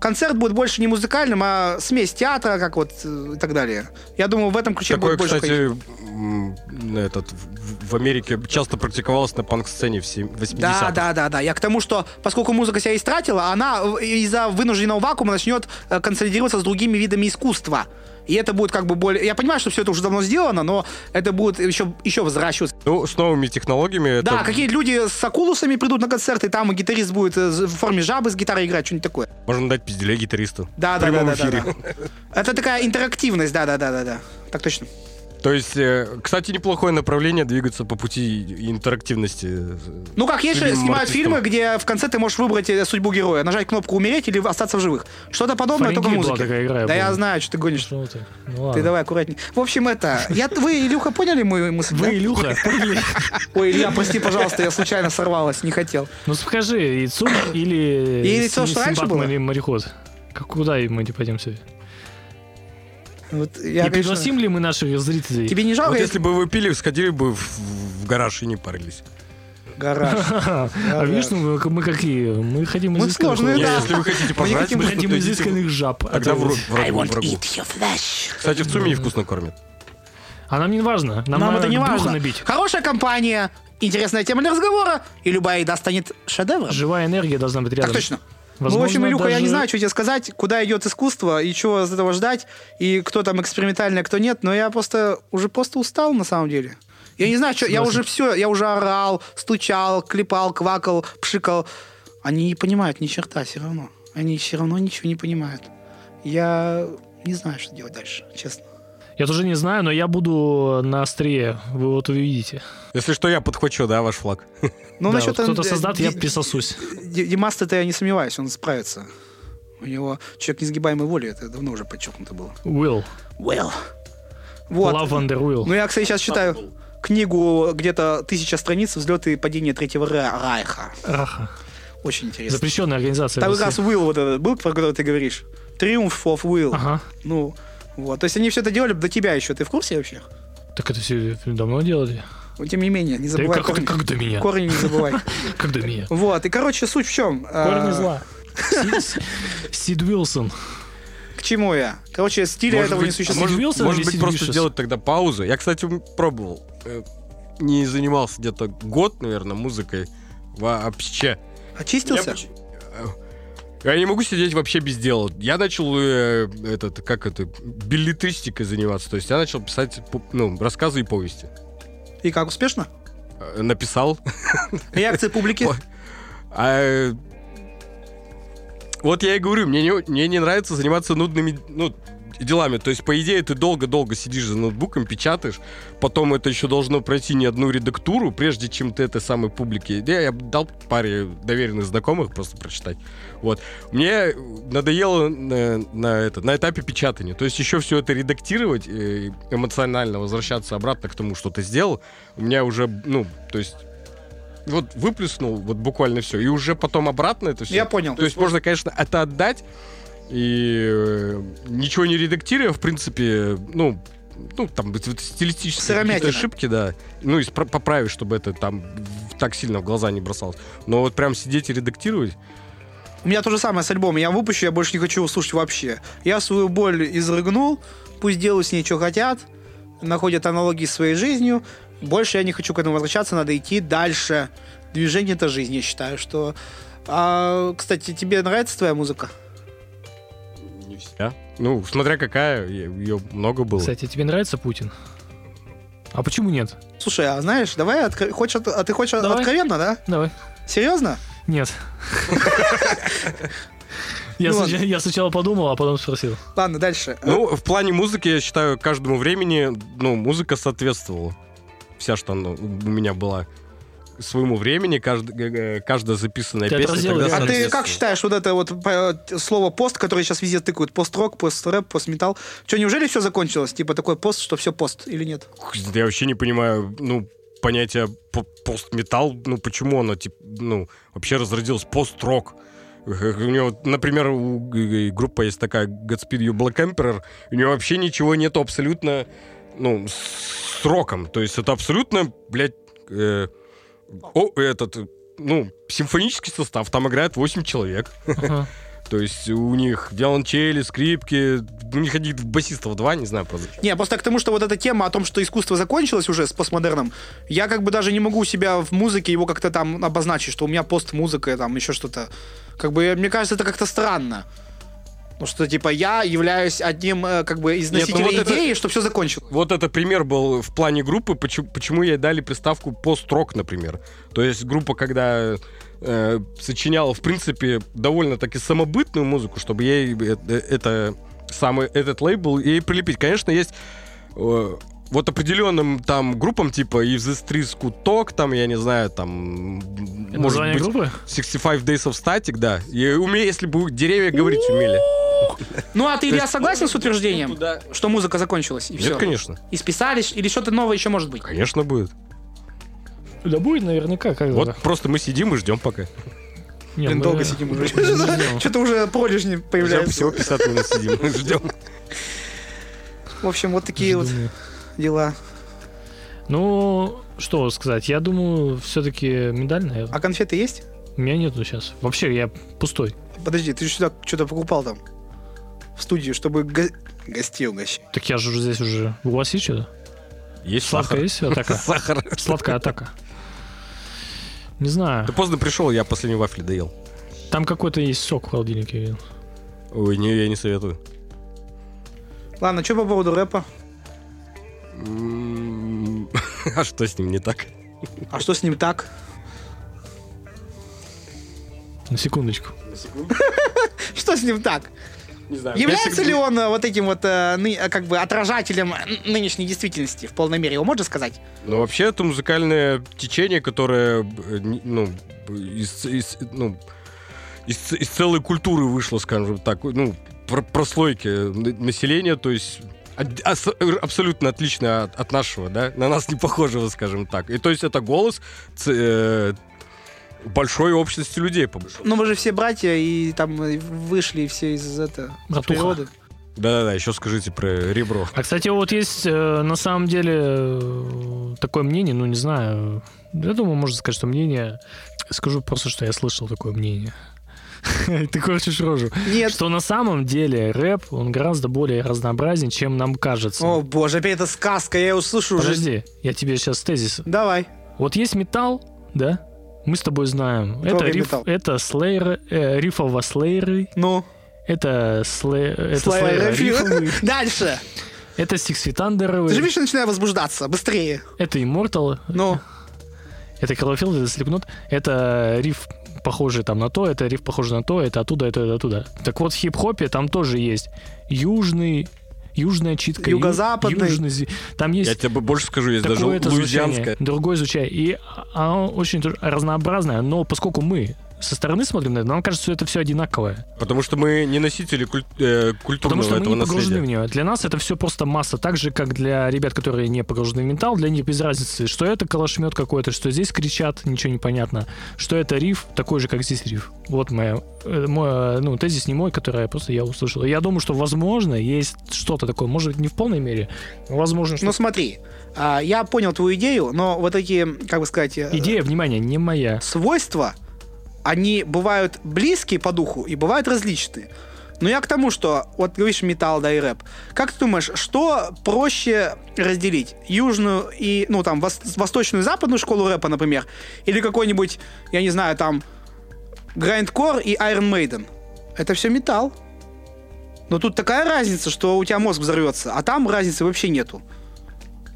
Speaker 3: концерт будет больше не музыкальным, а смесь театра, как вот, э, и так далее. Я думаю, в этом ключе
Speaker 1: Такое,
Speaker 3: будет больше ходить.
Speaker 1: кстати, м, на этот, в в Америке часто практиковалось на панк-сцене в сем- 80-х.
Speaker 3: Да, да, да, да. Я к тому, что поскольку музыка себя истратила, она в- из-за вынужденного вакуума начнет э, консолидироваться с другими видами искусства. И это будет как бы более... Я понимаю, что все это уже давно сделано, но это будет еще, еще взращиваться.
Speaker 1: Ну, с новыми технологиями это...
Speaker 3: Да, какие люди с акулусами придут на концерты, там гитарист будет э, з- в форме жабы с гитарой играть, что-нибудь такое.
Speaker 1: Можно дать пизделей гитаристу.
Speaker 3: Да,
Speaker 1: В
Speaker 3: да, да,
Speaker 1: прямом
Speaker 3: да, да,
Speaker 1: эфире.
Speaker 3: да. Это такая интерактивность, да, да, да, да, да. Так точно.
Speaker 1: То есть, э, кстати, неплохое направление двигаться по пути и- и интерактивности.
Speaker 3: Ну как, есть же
Speaker 1: Любимым
Speaker 3: снимают
Speaker 1: артистом.
Speaker 3: фильмы, где в конце ты можешь выбрать э, судьбу героя, нажать кнопку умереть или остаться в живых. Что-то подобное, только в
Speaker 2: Фаренгейт была
Speaker 3: музыке.
Speaker 2: такая игра, я
Speaker 3: да я
Speaker 2: помню.
Speaker 3: знаю, что ты гонишь.
Speaker 2: Что ты? Ну ладно.
Speaker 3: Ты давай аккуратнее. В общем, это... Я, вы, Илюха, поняли мою мысль? да?
Speaker 2: Вы, Ну, Илюха, поняли?
Speaker 3: Ой, Илья, прости, пожалуйста, я случайно сорвалась, не хотел.
Speaker 2: Ну скажи, Ицун или...
Speaker 3: Или
Speaker 2: С-
Speaker 3: то, что раньше
Speaker 2: Синдбад
Speaker 3: было?
Speaker 2: Мари- Мореход. Как- Куда мы не пойдем сегодня?
Speaker 3: Вот я,
Speaker 2: и
Speaker 3: конечно,
Speaker 2: пригласим ли мы наших зрителей?
Speaker 3: Тебе не жалко?
Speaker 1: Вот
Speaker 3: я-
Speaker 1: если бы вы пили, сходили бы в, в гараж и не парились.
Speaker 3: Гараж.
Speaker 2: А,
Speaker 3: Да,
Speaker 2: а видишь,
Speaker 3: да.
Speaker 2: ну, мы, мы какие? Мы хотим
Speaker 3: Мы
Speaker 2: изысканных...
Speaker 3: сложные, Ну
Speaker 1: Не,
Speaker 3: да.
Speaker 1: Если вы хотите пожрать,
Speaker 3: хотим-
Speaker 2: Мы
Speaker 1: ну,
Speaker 2: хотим
Speaker 1: идите
Speaker 2: изысканных жаб.
Speaker 1: в- Тогда вру-
Speaker 4: I
Speaker 1: врагу,
Speaker 4: won't
Speaker 1: врагу.
Speaker 4: eat your flesh.
Speaker 1: Кстати, в ЦУМе невкусно кормят.
Speaker 2: А нам не важно. Нам,
Speaker 3: Нам
Speaker 2: надо
Speaker 3: это не
Speaker 2: брюхо
Speaker 3: важно.
Speaker 2: набить.
Speaker 3: Хорошая компания, интересная тема для разговора, и любая еда станет шедевром.
Speaker 2: Живая энергия должна быть рядом.
Speaker 3: Так точно.
Speaker 2: Возможно,
Speaker 3: ну, в общем, Илюха, я не
Speaker 2: даже-
Speaker 3: знаю, что тебе сказать, куда идет искусство и чего из этого ждать, и кто там экспериментальный, а кто нет, но я просто уже просто устал на самом деле. Я не знаю, что, я
Speaker 2: Согласен.
Speaker 3: уже все, я уже орал, стучал, клепал, квакал, пшикал. Они не понимают ни черта все равно. Они все равно ничего не понимают. Я не знаю, что делать дальше, честно.
Speaker 2: Я тоже не знаю, но я буду на острие. Вы вот увидите.
Speaker 1: Если что, я подхвачу, да, ваш флаг.
Speaker 3: Ну,
Speaker 2: Да,
Speaker 3: насчет,
Speaker 2: вот кто-то
Speaker 3: э,
Speaker 2: создаст, я
Speaker 3: Ди-
Speaker 2: присосусь.
Speaker 3: Ди- Димаста-то я не сомневаюсь, он справится. У него человек несгибаемой воли, это давно уже подчеркнуто было.
Speaker 2: Will.
Speaker 4: Will.
Speaker 3: Вот.
Speaker 2: Love under Will.
Speaker 3: Ну, я, кстати, сейчас читаю книгу где-то тысяча страниц «Взлеты и падения Третьего Ра- Райха».
Speaker 2: Раха.
Speaker 3: Очень интересно.
Speaker 2: Запрещенная организация.
Speaker 3: Там
Speaker 2: в
Speaker 3: как раз
Speaker 2: России.
Speaker 3: Will вот этот был, про который ты говоришь. Триумф of Will.
Speaker 2: Ага.
Speaker 3: Ну, вот. То есть они все это делали до тебя еще. Ты в курсе вообще?
Speaker 2: Так это все давно делали.
Speaker 3: Но, тем не менее,
Speaker 2: Да и
Speaker 3: не забывай
Speaker 2: как,
Speaker 3: корни.
Speaker 2: как до меня?
Speaker 3: Корни не забывай.
Speaker 2: Как до меня?
Speaker 3: Вот. И, короче, суть в А, чем?
Speaker 2: Корни зла. Си- Си- Сид Уилсон.
Speaker 3: К чему я? Короче, стиля
Speaker 1: Может
Speaker 3: этого не
Speaker 1: быть,
Speaker 2: а
Speaker 3: существует.
Speaker 1: Может,
Speaker 2: Удивился
Speaker 1: может
Speaker 2: или
Speaker 1: быть,
Speaker 2: сидишь
Speaker 1: просто
Speaker 2: сейчас?
Speaker 1: сделать тогда паузу. Я, кстати, м, пробовал. Э, Не занимался где-то год, наверное, музыкой вообще. э,
Speaker 3: Очистился?
Speaker 1: Я не могу сидеть вообще без дела. Я начал э, этот, как это, билетристикой заниматься. То есть я начал писать пу- ну, рассказы и повести.
Speaker 3: И как, успешно?
Speaker 1: Э, Написал.
Speaker 3: Реакция публики?
Speaker 1: Ой. А, э, вот я и говорю, мне не, мне не нравится заниматься нудными ну, делами. То есть, по идее, ты долго-долго сидишь за ноутбуком, печатаешь, потом это еще должно пройти не одну редактуру, прежде чем ты этой самой публике... Я, я дал паре доверенных знакомых просто прочитать. Вот. Мне надоело на, на это, на этапе печатания. То есть еще все это редактировать, э, эмоционально возвращаться обратно к тому, что ты сделал, у меня уже, ну, то есть вот выплеснул вот буквально все, и уже потом обратно это все.
Speaker 3: Я понял.
Speaker 1: То есть можно, конечно, это отдать и э, ничего не редактируя, в принципе, ну, ну там вот стилистические какие-то
Speaker 3: Сыромятина.
Speaker 1: ошибки, да, ну и спро- поправить, чтобы это там в- так сильно в глаза не бросалось. Но вот прям сидеть и редактировать,
Speaker 3: У меня то же самое с альбомом. Я выпущу, я больше не хочу его слушать вообще. Я свою боль изрыгнул, пусть делают с ней, что хотят, находят аналогии с своей жизнью. Больше я не хочу к этому возвращаться, надо идти дальше. Движение — это жизнь, я считаю, что... А, кстати, тебе нравится твоя музыка?
Speaker 1: не вся. Ну, смотря какая, ее много было.
Speaker 2: Кстати, тебе нравится Путин? А почему нет?
Speaker 3: Слушай, а знаешь, давай, отк- хочешь, от- а ты хочешь
Speaker 2: Давай.
Speaker 3: откровенно, да?
Speaker 2: Давай.
Speaker 3: Серьезно?
Speaker 2: Нет. Я
Speaker 3: Ну
Speaker 2: сначала- я сначала подумал, а потом спросил.
Speaker 3: Ладно, дальше.
Speaker 2: а
Speaker 1: Ну, в плане музыки, я считаю, каждому времени, ну, музыка соответствовала. Вся, что она у меня была своему времени, кажд- э, э, каждая записанная
Speaker 2: Ты
Speaker 1: песня
Speaker 2: отразил
Speaker 1: тогда
Speaker 2: её.
Speaker 3: А ты
Speaker 1: соответствовала.
Speaker 3: как считаешь вот это вот по- слово пост, которое сейчас везде тыкают? Пост-рок, пост-рэп, пост-метал. Что, неужели все закончилось? Типа такой пост, что все пост или нет?
Speaker 1: Я вообще не понимаю, ну, понятие по- постметал, ну, почему оно, типа, ну, вообще разродилось пост-рок. У него, вот, например, у э, группа есть такая Godspeed You Black Emperor, у нее вообще ничего нету абсолютно, ну, с с роком. То есть это абсолютно, блядь, э, о, этот, э, ну, симфонический состав, там играет 8 человек.
Speaker 2: Ага.
Speaker 1: То есть у них виолончели, скрипки, у них один басистов два, не знаю, правда.
Speaker 3: Не, просто к тому, что вот эта тема о том, что искусство закончилось уже с постмодерном, я как бы даже не могу у себя в музыке его как-то там обозначить, что у меня пост-музыка, там еще что-то. Как бы, мне кажется, это как-то странно. Ну что, типа, я являюсь одним, э, как бы, из
Speaker 1: Нет, ну
Speaker 3: носителей
Speaker 1: вот это-
Speaker 3: идеи, что все закончилось.
Speaker 1: Вот это пример был в плане группы, почему, почему ей дали приставку пост-рок, например. То есть группа, когда э, сочиняла, в принципе, довольно-таки самобытную музыку, чтобы ей э- э- это, самый, этот лейбл ей прилепить. Конечно, есть э, вот определенным там группам, типа и The Streets Куток, там, я не знаю, там... м, Может
Speaker 2: Название
Speaker 1: быть,
Speaker 2: группы?
Speaker 1: 65 Days of Static, да. И уме, если бы деревья говорить умели.
Speaker 3: Ну, а ты,
Speaker 1: То
Speaker 3: Илья,
Speaker 1: есть- Ну,
Speaker 3: согласен с утверждением, что музыка закончилась, и
Speaker 1: Нет,
Speaker 3: все?
Speaker 1: конечно.
Speaker 3: И списались, или что-то новое еще может быть?
Speaker 1: Конечно будет.
Speaker 2: Да будет наверняка
Speaker 1: Вот
Speaker 2: когда-то.
Speaker 1: просто мы сидим и ждем пока.
Speaker 2: Не,
Speaker 3: Блин,
Speaker 2: мы-
Speaker 3: долго сидим уже.
Speaker 2: мы не ждём.
Speaker 3: Что-то уже пролежни
Speaker 1: Хотя бы
Speaker 3: появляется.
Speaker 1: всего 50 минут сидим, ждем.
Speaker 3: В общем, вот такие вот
Speaker 2: Думаю.
Speaker 3: дела.
Speaker 2: Ну, что сказать, я думаю, все-таки медаль, наверное.
Speaker 3: А конфеты есть?
Speaker 2: У меня нету сейчас. Вообще, я пустой.
Speaker 3: Подожди, ты сюда что-то покупал там? В студии, чтобы го- гостей угощать.
Speaker 2: Так я же уже здесь уже. У вас есть что-то?
Speaker 1: Есть
Speaker 2: Сладкая
Speaker 1: сахар.
Speaker 2: есть атака?
Speaker 1: Сахар.
Speaker 2: Сладкая атака. Не знаю.
Speaker 1: Ты поздно пришел, я последний вафли доел.
Speaker 2: Там какой-то есть сок в холодильнике. я видел.
Speaker 1: Ой, не, я не советую.
Speaker 3: Ладно, что по поводу рэпа?
Speaker 1: М, А что с ним не так?
Speaker 3: А что с ним так?
Speaker 2: На секундочку.
Speaker 3: Что с ним так?
Speaker 1: Не
Speaker 2: А
Speaker 1: знаю.
Speaker 3: Является ли он э, вот этим вот э, ны- э, как бы отражателем э, нынешней действительности в полной мере? Его можно сказать?
Speaker 1: Ну, вообще, это музыкальное течение, которое, э, не- ну, из, из- ну, из, ц- из целой культуры вышло, скажем так, ну, про- прослойки э, на- населения, то есть от- ас- абсолютно отлично от, от нашего, да, на нас не похожего, скажем так. И то есть это голос ц- э, большой общности людей, по большому.
Speaker 3: Ну, мы же все братья, и там и вышли все из это,
Speaker 2: Братуха.
Speaker 3: природы.
Speaker 1: Да-да-да, еще скажите про ребро.
Speaker 2: А, кстати, вот есть э, на самом деле э, такое мнение, ну, не знаю, я думаю, можно сказать, что мнение... Скажу просто, что я слышал такое мнение. Ты корчишь рожу.
Speaker 3: Нет.
Speaker 2: Что на самом деле рэп, он гораздо более разнообразен, чем нам кажется.
Speaker 3: О, боже, опять эта сказка, я ее слышу уже.
Speaker 2: Подожди, я тебе сейчас тезис.
Speaker 3: Давай.
Speaker 2: Вот есть металл, да? Мы с тобой знаем. Это,
Speaker 3: Трогай
Speaker 2: риф,
Speaker 3: металл.
Speaker 2: это слейер, э, рифово слейеры,
Speaker 3: Ну.
Speaker 2: это, слэ, это
Speaker 3: Слайд.
Speaker 2: слейеры рифовые,
Speaker 3: Дальше.
Speaker 2: это Six Feet
Speaker 3: Ты же
Speaker 2: Under'овые,
Speaker 3: видишь, я начинаю возбуждаться. Быстрее.
Speaker 2: это Immortal,
Speaker 3: Ну.
Speaker 2: это Кровофилд, это Slipknot, это риф похожий там на то, это риф похожий на то, это оттуда, это, это оттуда. Так вот, в хип-хопе там тоже есть южный, южная читка. ю-
Speaker 3: Юго-западный.
Speaker 2: южный зи- там есть
Speaker 1: Я тебе бо- больше скажу, есть даже
Speaker 2: Такое-то
Speaker 1: луизианское.
Speaker 2: звучание, другое звучание. И оно очень тоже разнообразное, но поскольку мы со стороны смотрим на это, нам кажется, что это все одинаковое.
Speaker 1: Потому что мы не носители куль- э, культурного
Speaker 2: Потому что мы
Speaker 1: этого
Speaker 2: не погружены
Speaker 1: наследия.
Speaker 2: в нее. Для нас это все просто масса. Так же, как для ребят, которые не погружены в ментал, для них без разницы, что это калашмет какой-то, что здесь кричат, ничего не понятно, что это риф, такой же, как здесь риф. Вот моя, э, мой, э, ну, тезис не мой, который я просто я услышал. Я думаю, что, возможно, есть что-то такое, может быть, не в полной мере, но, возможно, что
Speaker 3: Ну смотри, а, я понял твою идею, но вот такие, как бы сказать, э,
Speaker 2: идея, внимание, не моя.
Speaker 3: свойства, они бывают близкие по духу и бывают различные. Но я к тому, что вот говоришь металл, да, и рэп. Как ты думаешь, что проще разделить? Южную и, ну, там, вос- восточную и западную школу рэпа, например? Или какой-нибудь, я не знаю, там, Grindcore и Iron Maiden? Это все металл. Но тут такая разница, что у тебя мозг взорвется, а там разницы вообще нету.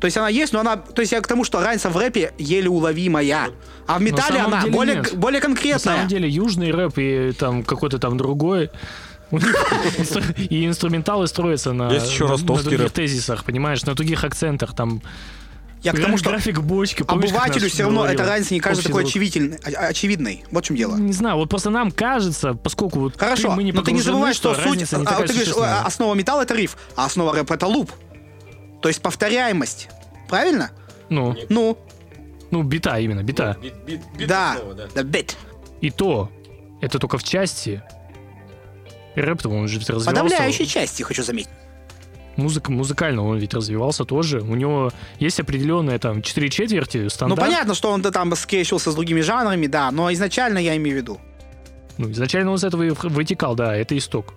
Speaker 3: То есть она есть, но она... То есть я к тому, что разница в рэпе еле уловимая. А в металле
Speaker 2: самом
Speaker 3: она
Speaker 2: деле
Speaker 3: более,
Speaker 2: нет.
Speaker 3: более
Speaker 2: На
Speaker 3: конкретная.
Speaker 2: самом деле южный рэп и там какой-то там другой у них инстру- и инструменталы строятся на,
Speaker 1: Есть еще
Speaker 2: на- на
Speaker 1: ростовский
Speaker 2: других
Speaker 1: рэп.
Speaker 2: тезисах, понимаешь, на других акцентах, там
Speaker 3: Я к тому, что
Speaker 2: график бочки. помнишь, как
Speaker 3: обывателю
Speaker 2: нас
Speaker 3: все равно
Speaker 2: говорил?
Speaker 3: эта разница не кажется
Speaker 2: Общий
Speaker 3: такой
Speaker 2: друг.
Speaker 3: очевидной. очевидной. Вот в чем дело.
Speaker 2: Не знаю, вот просто нам кажется, поскольку вот ты-
Speaker 3: Хорошо,
Speaker 2: мы не
Speaker 3: но ты не
Speaker 2: погружены,
Speaker 3: забывай, что, суть...
Speaker 2: разница не
Speaker 3: а,
Speaker 2: такая
Speaker 3: ты говоришь,
Speaker 2: существенная.
Speaker 3: а, основа металла — это риф, а основа рэпа — это луп. То есть повторяемость. Правильно?
Speaker 2: ну,
Speaker 3: Ну,
Speaker 2: ну, бита именно, бита.
Speaker 3: да. Да, бит.
Speaker 2: И то, это только в части. Рэп-то он же развивался.
Speaker 3: Подавляющей части, хочу заметить.
Speaker 2: музыка музыкально он ведь развивался тоже. У него есть определенные там четыре четверти
Speaker 3: Ну,
Speaker 2: стандарт.
Speaker 3: понятно, что он-то там скетчился с другими жанрами, да, но изначально я имею в виду.
Speaker 2: Ну, изначально он из этого и в- вытекал, да, это исток.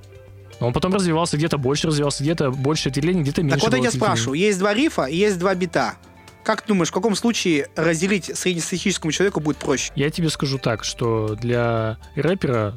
Speaker 2: Но он потом развивался где-то больше, развивался где-то больше отделений, где-то меньше.
Speaker 3: так вот я
Speaker 2: было
Speaker 3: тебя
Speaker 2: отделений.
Speaker 3: спрашиваю, есть два рифа и есть два бита. Как ты думаешь, в каком случае разделить среднестатистическому человеку будет проще?
Speaker 2: Я тебе скажу так, что для рэпера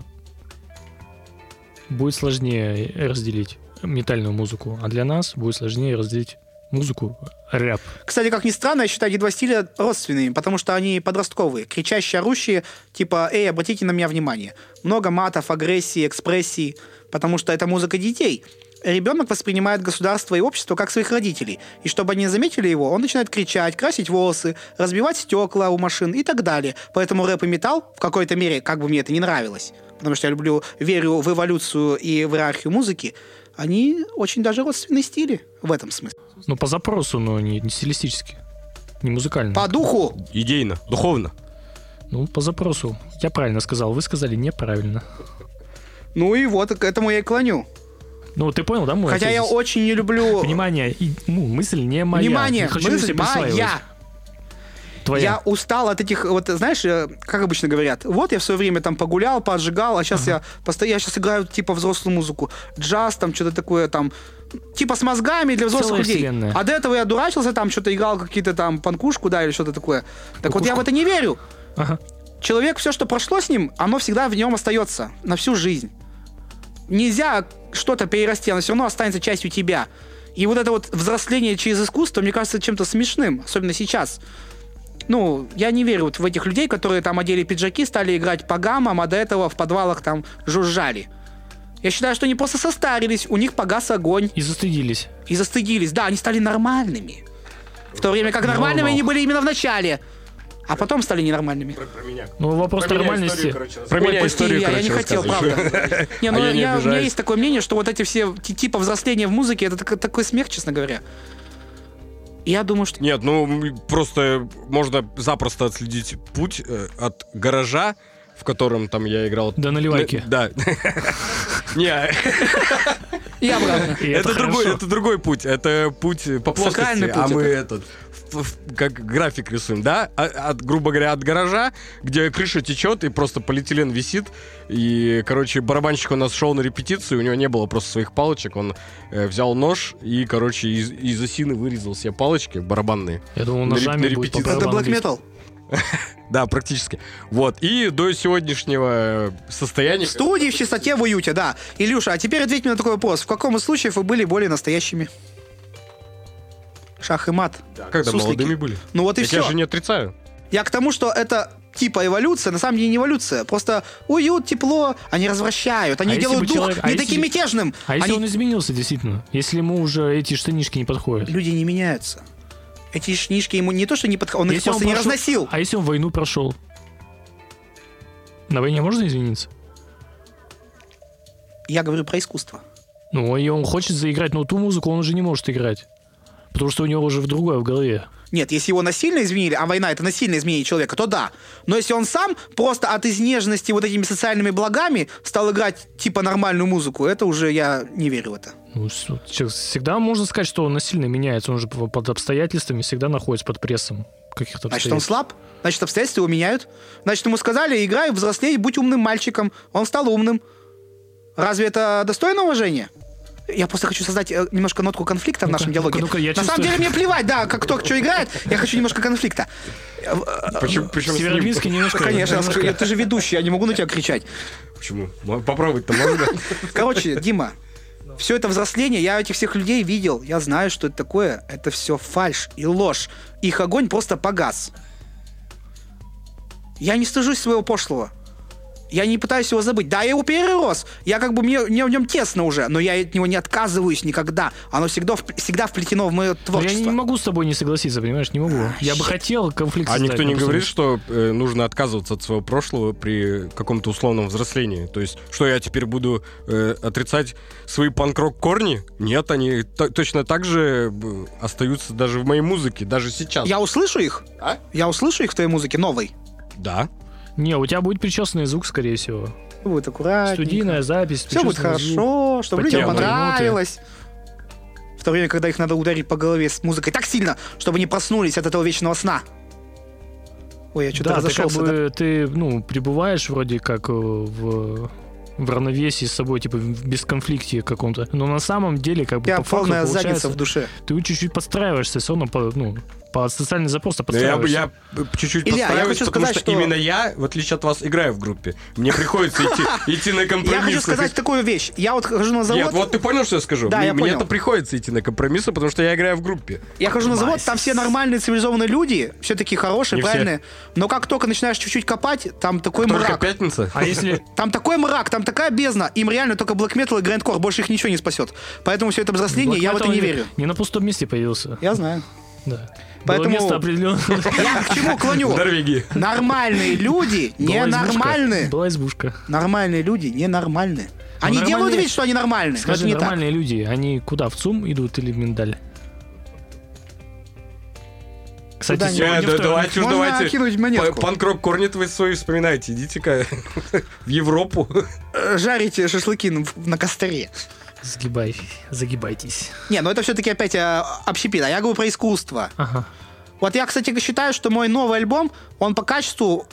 Speaker 2: будет сложнее разделить метальную музыку, а для нас будет сложнее разделить музыку рэп.
Speaker 3: Кстати, как ни странно, я считаю эти два стиля родственными, потому что они подростковые, кричащие, орущие, типа «Эй, обратите на меня внимание». Много матов, агрессии, экспрессии, потому что это музыка детей. Ребенок воспринимает государство и общество как своих родителей, и чтобы они заметили его, он начинает кричать, красить волосы, разбивать стекла у машин и так далее. Поэтому рэп и металл в какой-то мере, как бы мне это не нравилось, потому что я люблю, верю в эволюцию и в иерархию музыки, они очень даже родственные стили в этом смысле.
Speaker 2: Ну, по запросу, но не, не стилистически. Не музыкально.
Speaker 3: По духу
Speaker 1: Идейно, духовно.
Speaker 2: Ну, по запросу. Я правильно сказал, вы сказали неправильно.
Speaker 3: Ну и вот к этому я и клоню.
Speaker 2: Ну, ты понял, да, мой
Speaker 3: Хотя я
Speaker 2: тезис?
Speaker 3: очень не люблю... э,
Speaker 2: Внимание, и, ну, мысль не моя.
Speaker 3: Внимание,
Speaker 2: не хочу ее
Speaker 3: мысль
Speaker 2: себе присваивать.
Speaker 3: моя.
Speaker 2: Твоя.
Speaker 3: Я устал от этих, вот знаешь, э, как обычно говорят, вот я в свое время там погулял, поджигал, а сейчас я постоянно, я сейчас играю типа взрослую музыку, джаз, там что-то такое там, типа с мозгами для взрослых
Speaker 2: Целая
Speaker 3: людей.
Speaker 2: вселенная.
Speaker 3: А до этого я дурачился там, что-то играл какие-то там панкушку, да, или что-то такое. Так вот я в
Speaker 2: Панкушку.
Speaker 3: это не верю.
Speaker 2: Ага.
Speaker 3: человек, все, что прошло с ним, оно всегда в нем остается на всю жизнь. Нельзя что-то перерасти, оно все равно останется частью тебя. И вот это вот взросление через искусство, мне кажется, чем-то смешным, особенно сейчас. Ну, я не верю вот в этих людей, которые там одели пиджаки, стали играть по гаммам, а до этого в подвалах там жужжали. Я считаю, что они просто состарились, у них погас огонь
Speaker 2: И застыдились.
Speaker 3: и застыдились. Да, они стали нормальными. В то время как нормальными
Speaker 2: Нормал.
Speaker 3: они были именно в начале. А потом стали ненормальными.
Speaker 1: Про, про меня.
Speaker 2: Ну, вопрос
Speaker 1: Про меня
Speaker 2: нормальности.
Speaker 1: историю, короче, расскажи. Про меня
Speaker 3: Ой,
Speaker 1: историю,
Speaker 3: прости, я- я,
Speaker 1: короче,
Speaker 3: не хотел,
Speaker 1: рассказываешь.
Speaker 3: правда. Не,
Speaker 1: А
Speaker 3: ну,
Speaker 1: я не
Speaker 3: я- у меня
Speaker 1: обижаюсь.
Speaker 3: есть такое мнение, что вот эти все ти- типа взросления в музыке, это так- такой смех, честно говоря. Я думаю, что...
Speaker 1: Нет, ну м, просто можно запросто отследить путь э, от гаража, в котором там я играл.
Speaker 2: До наливайки.
Speaker 1: Н- Да. Не, а
Speaker 3: Я обратно.
Speaker 2: И
Speaker 1: это другой,
Speaker 2: хорошо.
Speaker 1: это другой путь. Это путь э, по плоскости,
Speaker 3: Сакральный путь
Speaker 1: а
Speaker 3: это.
Speaker 1: мы этот в- в- как график рисуем, да? А- От, грубо говоря, от гаража, где крыша течет и просто полиэтилен висит. И, короче, барабанщик у нас шел на репетицию, у него не было просто своих палочек. Он э, взял нож и, короче, из, из осины вырезал себе палочки барабанные.
Speaker 2: Я думал,
Speaker 1: на ре-
Speaker 2: ножами
Speaker 1: на
Speaker 2: будет по
Speaker 1: репетиции.
Speaker 3: Это
Speaker 2: барабану
Speaker 3: black
Speaker 2: бить.
Speaker 3: metal.
Speaker 1: Да, практически. Вот. И до сегодняшнего э, состояния.
Speaker 3: В студии, в чистоте, в уюте, да. Илюша, а теперь ответь мне на такой вопрос. В каком из случаев вы были более настоящими? Шах и мат.
Speaker 1: А Когда
Speaker 3: суслики.
Speaker 1: молодыми были.
Speaker 3: Ну вот и
Speaker 1: Я
Speaker 3: все.
Speaker 1: тебя же не отрицаю.
Speaker 3: Я к тому, что это типа эволюция, на самом деле не эволюция. Просто уют, тепло, они развращают, они
Speaker 2: А если бы
Speaker 3: делают дух
Speaker 2: человек- а
Speaker 3: не
Speaker 2: если
Speaker 3: таким
Speaker 2: бы-
Speaker 3: мятежным.
Speaker 2: А если
Speaker 3: Они-
Speaker 2: он изменился, действительно? Если ему уже эти штанишки не подходят?
Speaker 3: Люди не меняются. Эти шнишки ему не то, что не подходят, он их
Speaker 2: Если он
Speaker 3: просто не
Speaker 2: прошел-
Speaker 3: разносил.
Speaker 2: А если он войну прошел? На войне можно извиниться?
Speaker 3: Я говорю про искусство.
Speaker 2: Ну, и он хочет заиграть, но ту музыку он уже не может играть. Потому что у него уже в другое в голове.
Speaker 3: Нет, если его насильно извинили, а война это насильное изменение человека, то да. Но если он сам просто от изнеженности вот этими социальными благами стал играть типа нормальную музыку, это уже я не верю в это.
Speaker 2: Ну, с- че- всегда можно сказать, что он насильно меняется. Он же по- под обстоятельствами всегда находится под прессом каких-то
Speaker 3: Значит, А он
Speaker 2: обстоятельств.
Speaker 3: слаб, значит, обстоятельства его меняют. Значит, ему сказали, играй, взрослей, будь умным мальчиком. Он стал умным. Разве это достойно уважения? Я просто хочу создать э, немножко нотку конфликта в
Speaker 2: Ну-ка,
Speaker 3: нашем диалоге.
Speaker 2: ну-ка, ну-ка, я
Speaker 3: На самом
Speaker 2: чувствую.
Speaker 3: деле мне плевать, да, как кто что играет, я хочу немножко конфликта.
Speaker 1: Почему? Причем с ним?
Speaker 2: Северодвинский немножко...
Speaker 3: Ну, Конечно,
Speaker 2: немножко-
Speaker 3: я- ты же ведущий, я не могу на тебя кричать.
Speaker 1: Почему? М- Попробовать-то можно?
Speaker 3: Короче, Дима, все это взросление, я этих всех людей видел, я знаю, что это такое. Это все фальш и ложь. Их огонь просто погас. Я не стыжусь своего пошлого. Я не пытаюсь его забыть. Да, я его перерос. Я как бы мне, мне в нем тесно уже, но я от него не отказываюсь никогда. Оно всегда, вп- всегда вплетено в мое
Speaker 2: Но Ну, я
Speaker 3: творчество.
Speaker 2: не не могу с тобой не согласиться, понимаешь? Не могу. Я бы хотел конфликт
Speaker 1: А
Speaker 2: создать,
Speaker 1: никто не
Speaker 2: допустим.
Speaker 1: говорит, что э, нужно отказываться от своего прошлого при каком-то условном взрослении? То есть, что я теперь буду э, отрицать свои панк-рок корни? Нет, они то- точно так же б, остаются даже в моей музыке, даже сейчас.
Speaker 3: Я услышу их?
Speaker 1: А?
Speaker 3: Я услышу их в твоей музыке новой.
Speaker 1: Да.
Speaker 2: Не, у тебя будет причесанный звук, скорее всего.
Speaker 3: Будет аккуратненько.
Speaker 2: Студийная запись,
Speaker 3: Все будет
Speaker 2: причёсанный звук.
Speaker 3: хорошо, чтобы людям
Speaker 2: потянутые
Speaker 3: понравилось. В то время, когда их надо ударить по голове с музыкой так сильно, чтобы не проснулись от этого вечного сна. Ой, я что-то
Speaker 2: да, ты как
Speaker 3: разошелся. да?
Speaker 2: бы ты, ну, пребываешь вроде как э, в в равновесии с собой, типа в бесконфликте каком-то. Но на самом деле, как
Speaker 3: У
Speaker 2: бы,
Speaker 3: тебя
Speaker 2: по факту
Speaker 3: полная
Speaker 2: получается,
Speaker 3: задница в душе.
Speaker 2: ты чуть-чуть подстраиваешься, все равно по, ну, по социальный запрос ты
Speaker 1: Я, бы-
Speaker 2: подстраиваешься.
Speaker 1: я б- чуть-чуть
Speaker 3: Илья, я
Speaker 1: подстраиваюсь,
Speaker 3: хочу
Speaker 1: потому
Speaker 3: сказать,
Speaker 1: что,
Speaker 3: что-
Speaker 1: именно я, в отличие от вас, играю в группе. Мне приходится идти, идти на
Speaker 2: Ну,
Speaker 1: компромиссы.
Speaker 3: Я хочу сказать такую вещь. Я вот хожу на завод,
Speaker 1: Нет, вот ты понял, что я скажу?
Speaker 3: Да,
Speaker 1: мне,
Speaker 3: я
Speaker 1: мне
Speaker 3: понял.
Speaker 1: это приходится идти на компромиссы, потому что я играю в группе.
Speaker 3: я хожу на завод,
Speaker 2: Понимаю.
Speaker 3: там все нормальные, цивилизованные люди, все такие хорошие,
Speaker 1: Не все.
Speaker 3: правильные. Но как только начинаешь чуть-чуть копать, там такой
Speaker 1: Только
Speaker 3: мрак.
Speaker 1: пятница.
Speaker 2: А если...
Speaker 3: Там такой мрак, там такая бездна. Им реально только блэк метал и грандкор, больше их ничего не спасет. Поэтому все это взросление, я в это
Speaker 2: Black Metal
Speaker 3: не верю.
Speaker 2: Не на пустом месте появился.
Speaker 3: Я знаю.
Speaker 2: Да.
Speaker 3: Поэтому-
Speaker 2: Было место определенное.
Speaker 3: Я к чему клоню?
Speaker 1: Норвегии.
Speaker 3: Нормальные люди
Speaker 2: Была избушка.
Speaker 3: ненормальны.
Speaker 2: Была избушка.
Speaker 3: Нормальные люди ненормальны. Они
Speaker 2: Ну, нормальные-
Speaker 3: делают вид, что они нормальные. но это
Speaker 2: Скажи,
Speaker 3: не так.
Speaker 2: нормальные люди, они куда, в ЦУМ идут или в миндаль? Кстати,
Speaker 3: Куда они-
Speaker 2: сегодня
Speaker 1: Э, да-
Speaker 2: вторник.
Speaker 1: давайте, уж
Speaker 3: Можно
Speaker 1: давайте.
Speaker 3: кинуть монетку.
Speaker 1: П- Панк-рок корни твои свои вспоминайте. Идите-ка в Европу.
Speaker 3: Э, Жарите шашлыки на- на костре.
Speaker 2: Сгибай, загибайтесь.
Speaker 3: Не, ну это все-таки опять э, общепит. А я говорю про искусство.
Speaker 2: Ага.
Speaker 3: Вот я, кстати, считаю, что мой новый альбом, он по качеству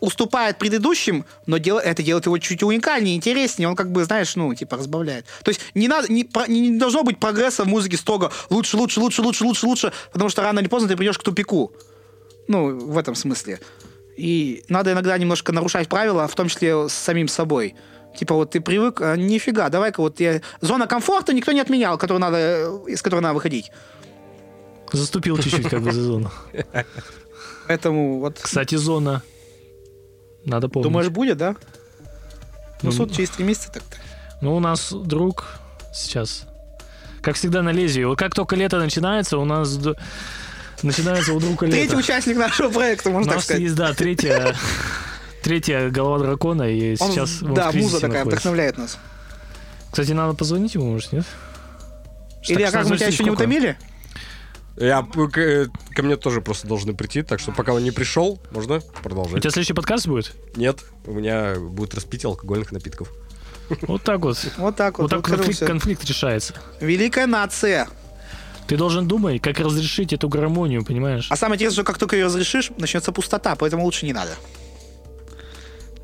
Speaker 3: уступает предыдущим, но дел- это делает его чуть уникальнее, интереснее. Он как бы, знаешь, ну, типа, разбавляет. То есть не, надо, не, про- не должно быть прогресса в музыке строго. Лучше, лучше, лучше, лучше, лучше, лучше. Потому что рано или поздно ты придешь к тупику. Ну, в этом смысле. И надо иногда немножко нарушать правила, в том числе с самим собой. Типа вот ты привык, а, нифига, давай-ка вот я... Зона комфорта никто не отменял, которую надо, э, из которой надо выходить.
Speaker 2: Заступил чуть-чуть как бы за зону.
Speaker 3: Поэтому вот...
Speaker 2: Кстати, зона. Надо помнить.
Speaker 3: Думаешь, будет, да? Ну,
Speaker 2: Ну,
Speaker 3: суд через три месяца так-то.
Speaker 2: Ну, у нас друг сейчас. Как всегда на лезвии. Вот как только лето начинается, у нас д- Начинается у друга
Speaker 3: Третий
Speaker 2: лето.
Speaker 3: участник нашего проекта,
Speaker 2: У
Speaker 3: можно так
Speaker 2: нас
Speaker 3: сказать.
Speaker 2: есть, да, третья, третья голова дракона, и
Speaker 3: Он-
Speaker 2: сейчас он
Speaker 3: да,
Speaker 2: в кризисе
Speaker 3: муза такая
Speaker 2: находится.
Speaker 3: вдохновляет нас.
Speaker 2: Кстати, надо позвонить ему, может, нет?
Speaker 3: Или
Speaker 2: Так,
Speaker 3: как мы тебя
Speaker 2: значит,
Speaker 3: еще не
Speaker 2: сколько?
Speaker 3: утомили?
Speaker 1: Я, э, к- э, ко мне тоже просто должны прийти, так что пока он не пришел, можно
Speaker 2: У
Speaker 1: продолжать.
Speaker 2: тебя следующий подкаст будет?
Speaker 1: Нет, у меня будет распитие алкогольных напитков.
Speaker 2: Вот так вот.
Speaker 3: Вот так
Speaker 2: Вот
Speaker 3: вот.
Speaker 2: так
Speaker 3: открылся.
Speaker 2: конфликт, конфликт решается.
Speaker 3: Великая нация.
Speaker 2: Ты должен думать, как разрешить эту гармонию, понимаешь?
Speaker 3: А самое интересное, что как только ее разрешишь, начнется пустота, поэтому лучше не надо.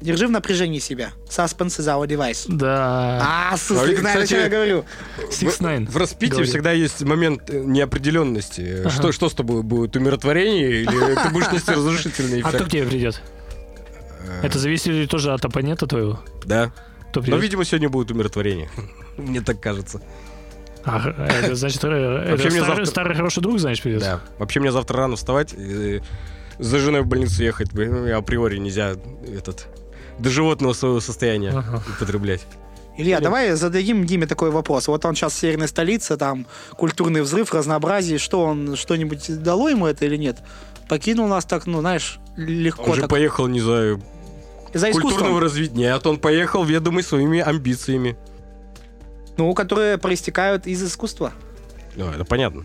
Speaker 3: Держи в напряжении себя. Suspense is our device.
Speaker 2: Да.
Speaker 3: А,
Speaker 1: А,
Speaker 3: сука, ты знаешь, о
Speaker 1: кстати,
Speaker 3: чем я говорю.
Speaker 2: Six Nine.
Speaker 1: В распитии
Speaker 2: Говорю.
Speaker 1: всегда есть момент э, неопределенности. Э,
Speaker 2: Ага.
Speaker 1: Что, что с тобой будет? Умиротворение или ты будешь нести разрушительный
Speaker 2: А кто
Speaker 1: эффект?
Speaker 2: к тебе придет?
Speaker 1: Э, Ну,
Speaker 2: Это зависит ли тоже от оппонента твоего?
Speaker 1: Да.
Speaker 2: Кто
Speaker 1: Но,
Speaker 2: придет?
Speaker 1: видимо, сегодня будет умиротворение. Мне так кажется.
Speaker 2: А, это значит, э, это
Speaker 1: Вообще мне
Speaker 2: старый,
Speaker 1: завтра-
Speaker 2: старый хороший друг, значит, придет?
Speaker 1: Да. Вообще, мне завтра рано вставать. э, За женой в больницу ехать. Блин, Априори нельзя этот... До животного своего состояния
Speaker 2: Ага.
Speaker 1: употреблять.
Speaker 3: Илья, давай зададим Диме такой вопрос. Вот он сейчас в северной столице, там культурный взрыв, разнообразие. Что он, что-нибудь дало ему это или нет? Покинул нас так, ну, знаешь, легко
Speaker 1: Он же
Speaker 3: так.
Speaker 1: поехал не за
Speaker 3: За
Speaker 1: культурного
Speaker 3: искусством,
Speaker 1: развития. Нет, он поехал ведомый своими амбициями.
Speaker 3: ну, которые проистекают из искусства.
Speaker 1: Ну, это понятно.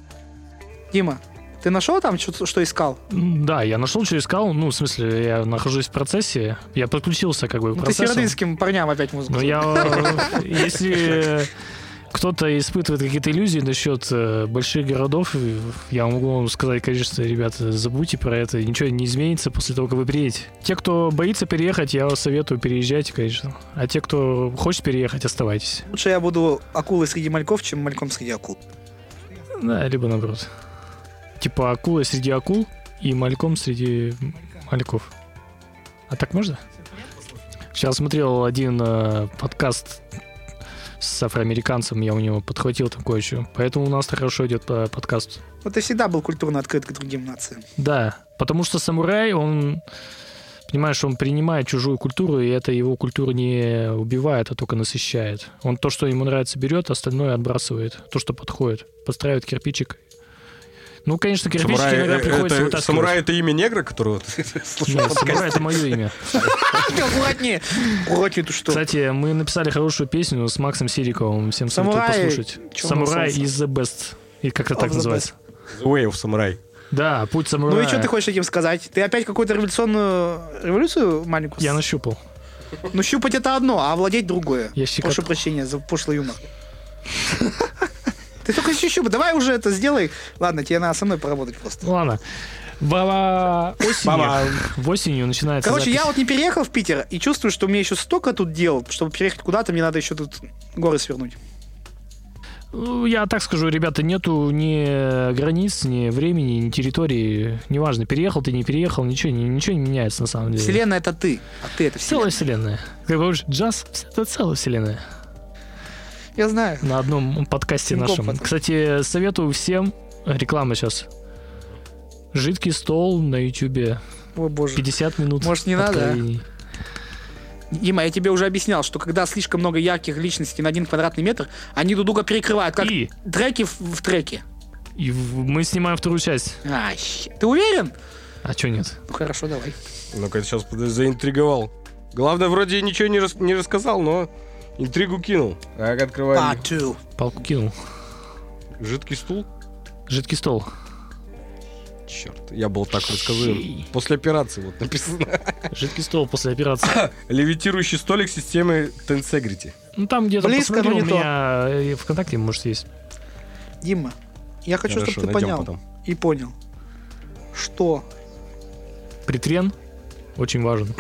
Speaker 3: Дима, ты нашел там, что, что искал?
Speaker 2: М, Да, я нашел, что искал. Ну, в смысле, я нахожусь в процессе. Я подключился как бы к
Speaker 3: Ну, ты
Speaker 2: процессу.
Speaker 3: севердынским парням опять музыку.
Speaker 2: Но Ну, я... э, Если э, кто-то испытывает какие-то иллюзии насчет э, больших городов, э, я могу вам сказать, конечно, ребята, забудьте про это. Ничего не изменится после того, как вы приедете. Те, кто боится переехать, я советую переезжайте, конечно. А те, кто хочет переехать, оставайтесь.
Speaker 3: Лучше я буду акулой среди мальков, чем мальком среди акул.
Speaker 2: Да, либо наоборот. Типа акула среди акул и мальком среди м- мальков. А так можно? Сейчас смотрел один э, подкаст с афроамериканцем, я у него подхватил такое еще. Поэтому у нас хорошо э, идет по подкасту.
Speaker 3: Вот ты всегда был культурно открыт к другим нациям.
Speaker 2: Да, потому что самурай, он, понимаешь, он принимает чужую культуру, и это его культуру не убивает, а только насыщает. Он то, что ему нравится, берет, остальное отбрасывает, то, что подходит. Подстраивает кирпичик. Ну, конечно, кирпичики
Speaker 1: Самурай,
Speaker 2: иногда
Speaker 1: э,
Speaker 2: приходится
Speaker 1: это-
Speaker 2: вытаскивать.
Speaker 1: самурай это имя негра, которого ты слушал?
Speaker 2: Нет, самурай это мое имя.
Speaker 3: А ты аккуратнее! Аккуратнее ты что?
Speaker 2: Кстати, мы написали хорошую песню с Максом Сириковым, всем советую
Speaker 3: Самурай,
Speaker 2: послушать.
Speaker 3: чёрное
Speaker 2: Самурай
Speaker 3: солнце.
Speaker 2: is the best. И как-то
Speaker 3: Of
Speaker 2: так
Speaker 3: the
Speaker 2: называется.
Speaker 1: The Way of Samurai.
Speaker 2: Да, путь самурая.
Speaker 3: Ну и что ты хочешь этим сказать? Ты опять какую-то революционную революцию маленькую?
Speaker 2: Я
Speaker 3: с-
Speaker 2: нащупал.
Speaker 3: Ну щупать это одно, а овладеть другое.
Speaker 2: Я щекотал.
Speaker 3: Прошу прощения за пошлый юмор. Ты только еще щупай, давай уже это сделай. Ладно, тебе надо со мной поработать просто.
Speaker 2: Ну Ладно. Баба
Speaker 1: Баба.
Speaker 2: осенью. В осенью начинается.
Speaker 3: Короче,
Speaker 2: запись.
Speaker 3: я вот не переехал в Питер и чувствую, что мне еще столько тут дел, чтобы переехать куда-то, мне надо еще тут горы свернуть.
Speaker 2: Ну, я так скажу, ребята, нету ни границ, ни времени, ни территории. Неважно, переехал ты, не переехал, ничего, не- ничего не меняется на самом деле.
Speaker 3: Вселенная это ты, а ты это
Speaker 2: Целая
Speaker 3: вселенная.
Speaker 2: вселенная. Как бы уж джаз — это целая вселенная.
Speaker 3: Я знаю.
Speaker 2: На одном подкасте
Speaker 3: Тинькофф
Speaker 2: нашем.
Speaker 3: подкаст.
Speaker 2: Кстати, советую всем... Реклама сейчас. Жидкий стол на ютюбе.
Speaker 3: О боже.
Speaker 2: 50 минут.
Speaker 3: Может, не надо, а?
Speaker 2: откровений.
Speaker 3: Дима, я тебе уже объяснял, что когда слишком много ярких личностей на один квадратный метр, они друг друга перекрывают, как
Speaker 2: И,
Speaker 3: треки в, в треке.
Speaker 2: и в- мы снимаем вторую часть.
Speaker 3: Ай, щ- ты уверен?
Speaker 2: А чё нет?
Speaker 3: Ну хорошо, давай.
Speaker 1: Ну-ка, сейчас под- заинтриговал. Главное, вроде ничего не, рас- не рассказал, но интригу кинул. Так, открываем.
Speaker 3: Part two.
Speaker 2: Палку кинул.
Speaker 1: Жидкий стул?
Speaker 2: Жидкий стол.
Speaker 1: Черт, я был так предсказуем. После операции вот написано.
Speaker 2: Жидкий стол после операции.
Speaker 1: Левитирующий столик системы Tensegrity.
Speaker 2: Ну там где-то
Speaker 3: Близко,
Speaker 2: посмотрел,
Speaker 3: но не
Speaker 2: у
Speaker 3: то.
Speaker 2: меня э, ВКонтакте, может, есть.
Speaker 3: Дима, я хочу, чтобы ты
Speaker 1: найдем
Speaker 3: понял
Speaker 1: потом.
Speaker 3: и понял, что
Speaker 2: Притрен очень важен.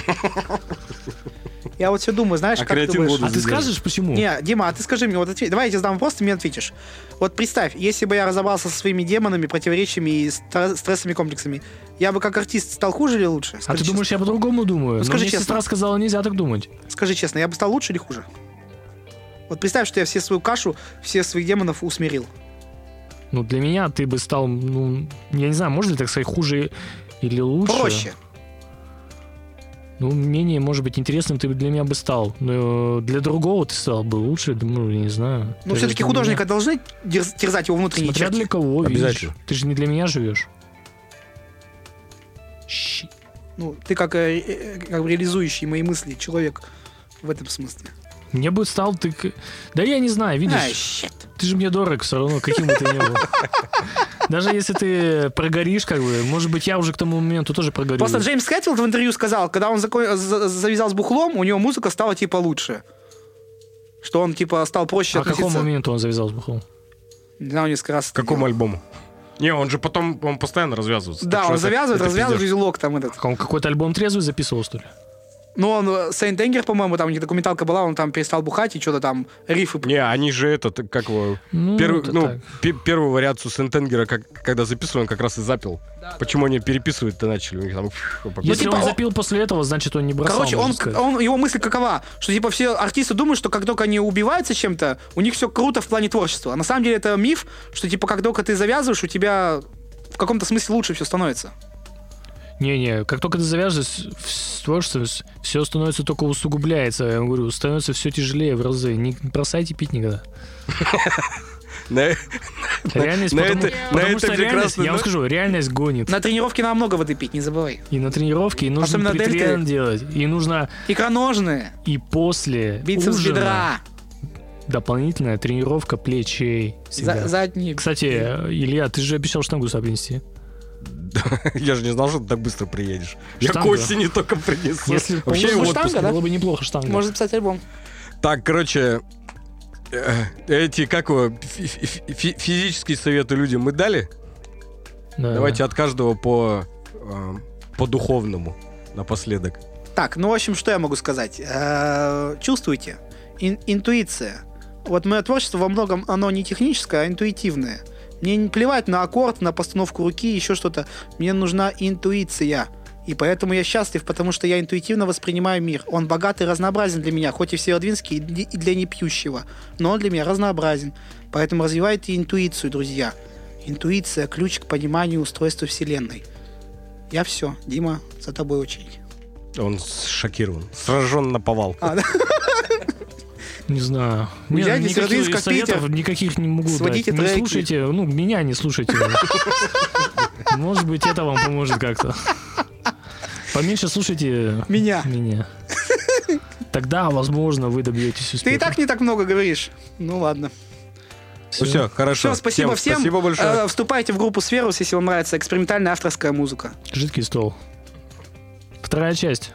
Speaker 3: я вот все думаю, знаешь,
Speaker 1: А
Speaker 3: как ты
Speaker 1: креатин
Speaker 3: будешь-
Speaker 1: воду
Speaker 2: А ты
Speaker 1: задержит.
Speaker 2: скажешь, почему?
Speaker 3: Не, Дима, а ты скажи мне, вот ответь, давай я тебе задам вопрос, ты мне ответишь. Вот представь, если бы я разобрался со своими демонами, противоречиями и стра- стрессами, комплексами, я бы как артист стал хуже или лучше?
Speaker 2: А
Speaker 3: Скажи
Speaker 2: ты
Speaker 3: честно. Ну,
Speaker 2: думаешь, я по-другому думаю? Но
Speaker 3: скажи
Speaker 2: мне
Speaker 3: честно.
Speaker 2: сестра сказала, нельзя так думать.
Speaker 3: Скажи честно, я бы стал лучше или хуже? Вот представь, что я все свою кашу, всех своих демонов усмирил.
Speaker 2: Ну, для меня ты бы стал, ну, я не знаю, можно ли так сказать, хуже или лучше?
Speaker 3: Проще.
Speaker 2: Ну, менее, может быть, интересным ты бы для меня бы стал. Но для другого ты стал бы лучше, думаю, я не знаю.
Speaker 3: Но все-таки художника должны дерз- терзать его внутренние
Speaker 2: Смотря
Speaker 3: черты.
Speaker 2: для кого, видишь.
Speaker 1: Обязательно.
Speaker 2: Ты же не для меня живешь. Щи.
Speaker 5: Ну, ты как, э, э, как бы реализующий мои мысли человек в этом смысле.
Speaker 2: Мне бы стал ты... к- Да я не знаю,
Speaker 3: А,
Speaker 2: видишь,
Speaker 3: щет.
Speaker 2: ты же мне дорог все равно, каким бы ты ни был. Даже если ты прогоришь, как бы, может быть, я уже к тому моменту тоже прогорю.
Speaker 5: Просто Джеймс Хэтфилд в интервью сказал, когда он закон- за- завязал с бухлом, у него музыка стала типа лучше. Что он типа стал проще
Speaker 2: А к какому
Speaker 5: относиться.
Speaker 2: моменту он завязал с бухлом?
Speaker 5: Не знаю, несколько раз.
Speaker 1: К какому альбому? Не, он же потом, он постоянно развязывается.
Speaker 5: Да,
Speaker 1: Так что
Speaker 5: он
Speaker 1: это-
Speaker 5: завязывает,
Speaker 1: это
Speaker 5: развязывает
Speaker 1: пиздёж.
Speaker 5: узелок там этот.
Speaker 2: Он какой-то альбом трезвый записывал, что ли?
Speaker 5: Ну, он Сейнт Энгер, по-моему, там у них документалка была, он там перестал бухать и что-то там рифы.
Speaker 1: Не, они же этот, как его...
Speaker 2: Ну,
Speaker 1: Первый,
Speaker 2: это
Speaker 1: ну,
Speaker 2: так.
Speaker 1: пе- первую вариацию Сентенгера, как, когда записывал, он как раз и запил. Почему они переписывать-то начали? У них там... фу, по-
Speaker 2: Если
Speaker 5: типа,
Speaker 2: он
Speaker 5: о-
Speaker 2: запил после этого, значит, он не бросал.
Speaker 5: Короче,
Speaker 2: можно
Speaker 5: он,
Speaker 2: сказать.
Speaker 5: он- его мысль какова? Что типа все артисты думают, что как только они убиваются чем-то, у них все круто в плане творчества. А на самом деле это миф, что типа как только ты завязываешь, у тебя в каком-то смысле лучше все становится.
Speaker 2: Не-не, как только ты завяжешься с творчеством, все становится только усугубляется. Я говорю, становится все тяжелее в разы. Не бросайте пить никогда.
Speaker 1: На-
Speaker 2: Реальность,
Speaker 1: на
Speaker 2: потому,
Speaker 1: это- на
Speaker 2: потому
Speaker 1: это
Speaker 2: что реальность,
Speaker 1: прекрасно,
Speaker 2: я вам
Speaker 1: но-
Speaker 2: скажу, реальность гонит.
Speaker 5: На тренировке нам много воды пить, не забывай.
Speaker 2: И на тренировке, и нужно
Speaker 5: Особенно дельты.
Speaker 2: притрен делать, и нужно
Speaker 5: Икроножные,
Speaker 2: и после
Speaker 5: бицепс
Speaker 2: ужина
Speaker 5: бедра,
Speaker 2: дополнительная тренировка плечей. всегда.
Speaker 5: за- задние.
Speaker 2: Кстати, э, Илья, ты же обещал штангу сюда принести.
Speaker 1: Я же не знал, что ты так быстро приедешь. Я
Speaker 2: Штанга.
Speaker 1: к осени только принесу.
Speaker 2: Если
Speaker 1: Вообще
Speaker 2: бы получилось
Speaker 1: его
Speaker 5: штанга,
Speaker 2: штангу,
Speaker 5: да?
Speaker 2: было бы неплохо штанга.
Speaker 5: Можно записать альбом.
Speaker 1: Так, короче, э, эти, как его, фи- фи- фи- физические советы людям мы дали.
Speaker 5: Э.
Speaker 2: Да.
Speaker 1: Давайте от каждого по, э, по духовному напоследок.
Speaker 3: Так, ну, в общем, что я могу сказать? Э, Чувствуйте. Ин- Интуиция. Вот мое творчество во многом, оно не техническое, а интуитивное. Мне не плевать на аккорд, на постановку руки, еще что-то. Мне нужна интуиция. И поэтому я счастлив, потому что я интуитивно воспринимаю мир. Он богат и разнообразен для меня, хоть и всеядвинский, и для- и для непьющего. Но он для меня разнообразен. Поэтому развивайте интуицию, друзья. Интуиция – ключ к пониманию устройства Вселенной. Я все. Дима, за тобой очередь.
Speaker 1: Он с- шокирован, сражен на Ну, повал.
Speaker 3: А, да.
Speaker 2: Не знаю.
Speaker 5: Уезжайте
Speaker 2: Нет,
Speaker 5: с Родинска в
Speaker 2: советов никаких не могу
Speaker 3: Сводите
Speaker 2: дать.
Speaker 3: треки.
Speaker 2: Не слушайте, ну, меня не слушайте. Может быть, это вам поможет как-то. Поменьше слушайте
Speaker 5: Меня.
Speaker 2: меня. Тогда, возможно, вы добьетесь успеха.
Speaker 5: Ты и так не так много говоришь. Ну ладно.
Speaker 1: Ну все, хорошо.
Speaker 5: Все, спасибо всем.
Speaker 1: Спасибо большое.
Speaker 5: Э, Вступайте в группу Сферус, если вам нравится экспериментальная авторская музыка.
Speaker 2: Жидкий стол. Вторая часть.